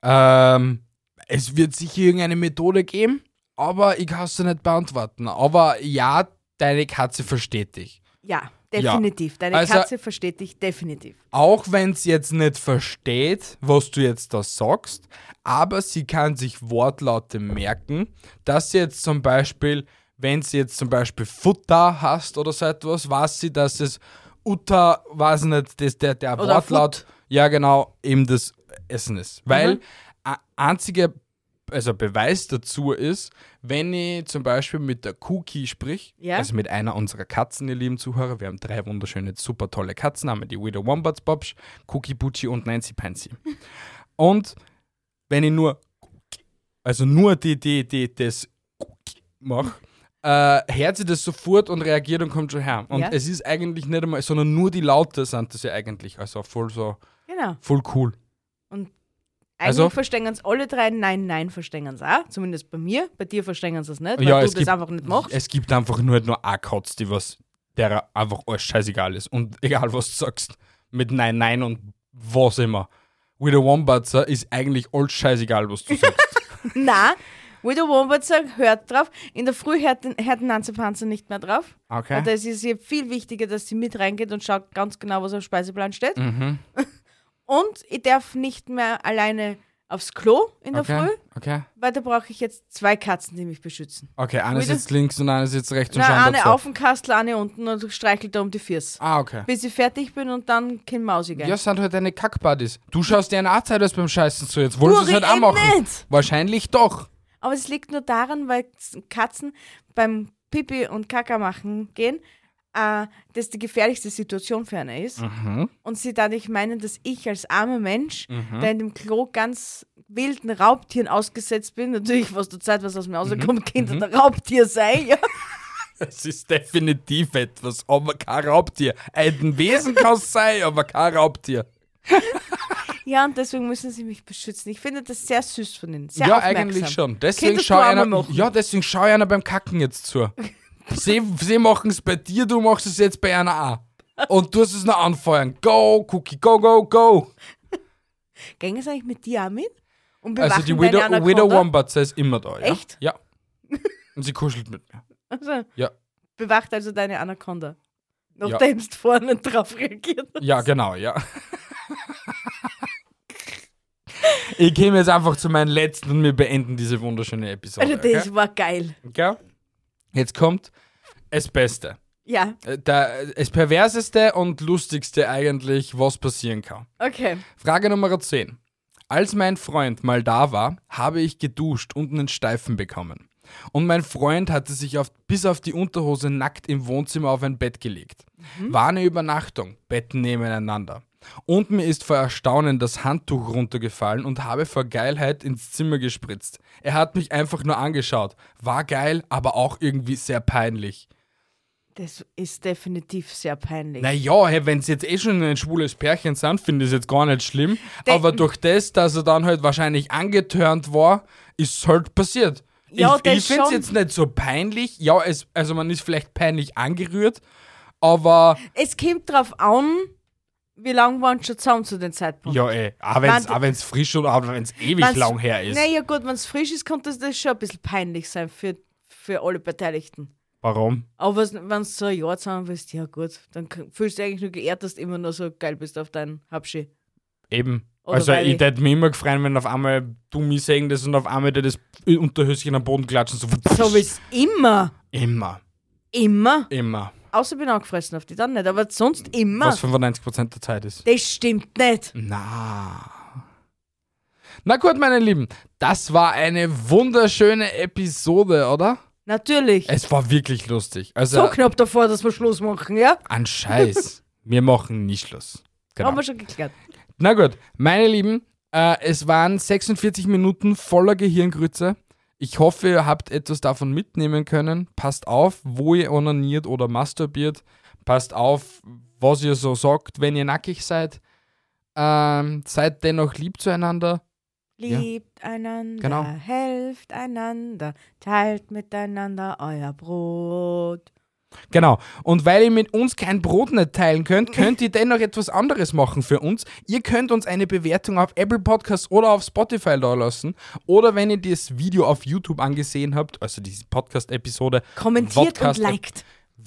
Speaker 3: Ähm, es wird sicher irgendeine Methode geben, aber ich kann es dir nicht beantworten. Aber ja, deine Katze versteht dich.
Speaker 4: Ja, definitiv. Deine
Speaker 3: Also-
Speaker 4: Katze versteht dich definitiv.
Speaker 3: Auch wenn sie jetzt nicht versteht, was du jetzt da sagst, aber sie kann sich Wortlaute merken, dass sie jetzt zum Beispiel, wenn sie jetzt zum Beispiel Futter hast oder so etwas, weiß sie, dass es Utter, weiß ich nicht, das, der, der
Speaker 4: Oder
Speaker 3: Wortlaut, ja genau, eben das Essen ist. Weil a- einziger also Beweis dazu ist, wenn ich zum Beispiel mit der Cookie sprich,
Speaker 4: Ja.
Speaker 3: also mit einer unserer Katzen, ihr lieben Zuhörer, wir haben drei wunderschöne, super tolle Katzen, haben wir die Widow Wombats Bobsch, Cookie Bucci und Nancy Pansy. und wenn ich nur, also nur die, die, die, das mache, äh, hört sie das sofort und reagiert und kommt schon her. Und
Speaker 4: Ja.
Speaker 3: es ist eigentlich nicht einmal, sondern nur die Laute sind das ja eigentlich. Also voll so,
Speaker 4: Genau.
Speaker 3: voll cool.
Speaker 4: Eigentlich
Speaker 3: Also-
Speaker 4: verstehen es alle drei, nein, nein, verstehen es auch. Zumindest bei mir. Bei dir verstehen sie es nicht, weil
Speaker 3: Ja,
Speaker 4: du
Speaker 3: es
Speaker 4: das
Speaker 3: gibt-
Speaker 4: einfach nicht machst.
Speaker 3: Es gibt einfach nur, nur eine Katze, die was, der einfach alles scheißegal ist. Und egal, was du sagst, mit Nein, Nein und was immer. With a Wombatzer ist eigentlich alles scheißegal, was du sagst.
Speaker 4: Na, Widow Wombatzer hört drauf. In der Früh hört, hört Nancy Panzer nicht mehr drauf.
Speaker 3: Okay.
Speaker 4: Und es ist ihr viel wichtiger, dass sie mit reingeht und schaut ganz genau, was auf dem Speiseplan steht.
Speaker 3: Mhm.
Speaker 4: Und ich darf nicht mehr alleine aufs Klo in der
Speaker 3: okay,
Speaker 4: Früh,
Speaker 3: okay.
Speaker 4: weil da brauche ich jetzt zwei Katzen, die mich beschützen.
Speaker 3: Okay, eine
Speaker 4: With a-
Speaker 3: sitzt links und eine sitzt rechts und
Speaker 4: Na,
Speaker 3: schauen
Speaker 4: eine
Speaker 3: dazu.
Speaker 4: auf dem Kastel, eine unten und streichelt da um die Füße.
Speaker 3: Ah, okay.
Speaker 4: Bis ich fertig bin und dann kein Mausiger.
Speaker 3: Ja, sind halt deine Kackbuddies. Du schaust dir eine Artzeit aus beim Scheißen zu. Jetzt wollen
Speaker 4: Uri,
Speaker 3: sie es halt auch
Speaker 4: eben
Speaker 3: machen.
Speaker 4: nicht.
Speaker 3: Wahrscheinlich doch.
Speaker 4: Aber es liegt nur daran, weil Katzen beim Pipi und Kaka machen gehen, äh, das die gefährlichste Situation für eine ist.
Speaker 3: Mhm.
Speaker 4: Und sie dadurch meinen, dass ich als armer Mensch, der in dem Klo ganz wilden Raubtieren ausgesetzt bin, natürlich, was zur Zeit, was aus
Speaker 3: Mhm.
Speaker 4: mir rauskommt, könnte ein Raubtier sein. Ja.
Speaker 3: Es ist definitiv etwas, aber kein Raubtier. Ein Wesen kann es sein, aber kein Raubtier.
Speaker 4: ja, und deswegen müssen sie mich beschützen. Ich finde das sehr süß von ihnen. Sehr
Speaker 3: ja,
Speaker 4: aufmerksam.
Speaker 3: eigentlich schon. Deswegen
Speaker 4: Könntest
Speaker 3: schau
Speaker 4: du auch mal
Speaker 3: einer,
Speaker 4: machen.
Speaker 3: ja, deswegen schau einer beim Kacken jetzt zu. sie sie machen es bei dir, du machst es jetzt bei einer auch. Und du hast es noch anfeuern. Go, Cookie, go, go, go.
Speaker 4: Gänge es eigentlich mit dir auch mit? Und bewachen
Speaker 3: Also die
Speaker 4: deine
Speaker 3: Widow,
Speaker 4: Anaconda?
Speaker 3: Widow Wombat ist immer da. Ja?
Speaker 4: Echt?
Speaker 3: Ja. Und sie kuschelt mit mir.
Speaker 4: Also,
Speaker 3: Ja.
Speaker 4: Bewacht also deine Anaconda. Nachdem du vorne
Speaker 3: genau,
Speaker 4: drauf reagiert hast.
Speaker 3: Ja, genau, ja. Ich käme jetzt einfach zu meinen letzten und wir beenden diese wunderschöne Episode.
Speaker 4: Also,
Speaker 3: Okay?
Speaker 4: das war geil.
Speaker 3: Okay? Jetzt kommt das Beste.
Speaker 4: Ja,
Speaker 3: Äh, Der, das perverseste und lustigste eigentlich, was passieren kann.
Speaker 4: okay.
Speaker 3: Frage Nummer 10. Als mein Freund mal da war, habe ich geduscht und einen Steifen bekommen. Und mein Freund hatte sich auf, bis auf die Unterhose nackt im Wohnzimmer auf ein Bett gelegt. War eine Übernachtung, Betten nebeneinander. Und mir ist vor Erstaunen das Handtuch runtergefallen und habe vor Geilheit ins Zimmer gespritzt. Er hat mich einfach nur angeschaut. War geil, aber auch irgendwie sehr peinlich.
Speaker 4: Das ist definitiv sehr peinlich.
Speaker 3: Naja, hey, wenn es jetzt eh schon ein schwules Pärchen sind, finde ich es jetzt gar nicht schlimm.
Speaker 4: De-
Speaker 3: aber durch das, dass er dann halt wahrscheinlich angetörnt war, ist es halt passiert.
Speaker 4: Ja,
Speaker 3: ich
Speaker 4: das
Speaker 3: ich finde es
Speaker 4: schon.
Speaker 3: jetzt nicht so peinlich. Ja, es, also man ist vielleicht peinlich angerührt, aber
Speaker 4: Es kommt drauf an, wie lange waren sie schon zusammen zu dem Zeitpunkt.
Speaker 3: ja, ey, auch wenn es
Speaker 4: Wann's-
Speaker 3: auch wenn's frisch und auch wenn es ewig
Speaker 4: Wenn's-
Speaker 3: lang her ist.
Speaker 4: Naja, gut, wenn es frisch ist, kann das, das schon ein bisschen peinlich sein für, für alle Beteiligten.
Speaker 3: Warum?
Speaker 4: Aber wenn es so ein Jahr zusammen bist, ja gut, dann k- fühlst du dich eigentlich nur geehrt, dass du immer nur so geil bist auf deinen Habschi.
Speaker 3: Eben.
Speaker 4: Oder
Speaker 3: also
Speaker 4: weil
Speaker 3: ich
Speaker 4: ich-
Speaker 3: hätte mich immer gefreut, wenn auf einmal du mich sehen das und auf einmal dir das Unterhöschen am Boden klatschen. So,
Speaker 4: So wie es immer,
Speaker 3: Immer,
Speaker 4: immer,
Speaker 3: immer.
Speaker 4: außer bin angefressen auf die dann nicht, aber sonst immer.
Speaker 3: Was 95% der Zeit ist.
Speaker 4: Das stimmt nicht.
Speaker 3: Na. Na gut, meine Lieben, das war eine wunderschöne Episode, oder?
Speaker 4: Natürlich.
Speaker 3: Es war wirklich lustig. Also
Speaker 4: so knapp davor, dass wir Schluss machen, ja?
Speaker 3: an Scheiß. wir machen nicht Schluss.
Speaker 4: Haben
Speaker 3: Genau.
Speaker 4: wir schon geklärt.
Speaker 3: Na gut, meine Lieben, äh, es waren 46 Minuten voller Gehirngrütze. Ich hoffe, ihr habt etwas davon mitnehmen können. Passt auf, wo ihr onaniert oder masturbiert. Passt auf, was ihr so sagt, wenn ihr nackig seid. Ähm, seid dennoch lieb zueinander. Ja.
Speaker 4: Liebt einander,
Speaker 3: Genau.
Speaker 4: helft einander, teilt miteinander euer Brot.
Speaker 3: Genau. Und weil ihr mit uns kein Brot nicht teilen könnt, könnt ihr dennoch etwas anderes machen für uns. Ihr könnt uns eine Bewertung auf Apple Podcasts oder auf Spotify da lassen. Oder wenn ihr das Video auf YouTube angesehen habt, also diese Podcast-Episode.
Speaker 4: Kommentiert
Speaker 3: Vodcast-
Speaker 4: und liked.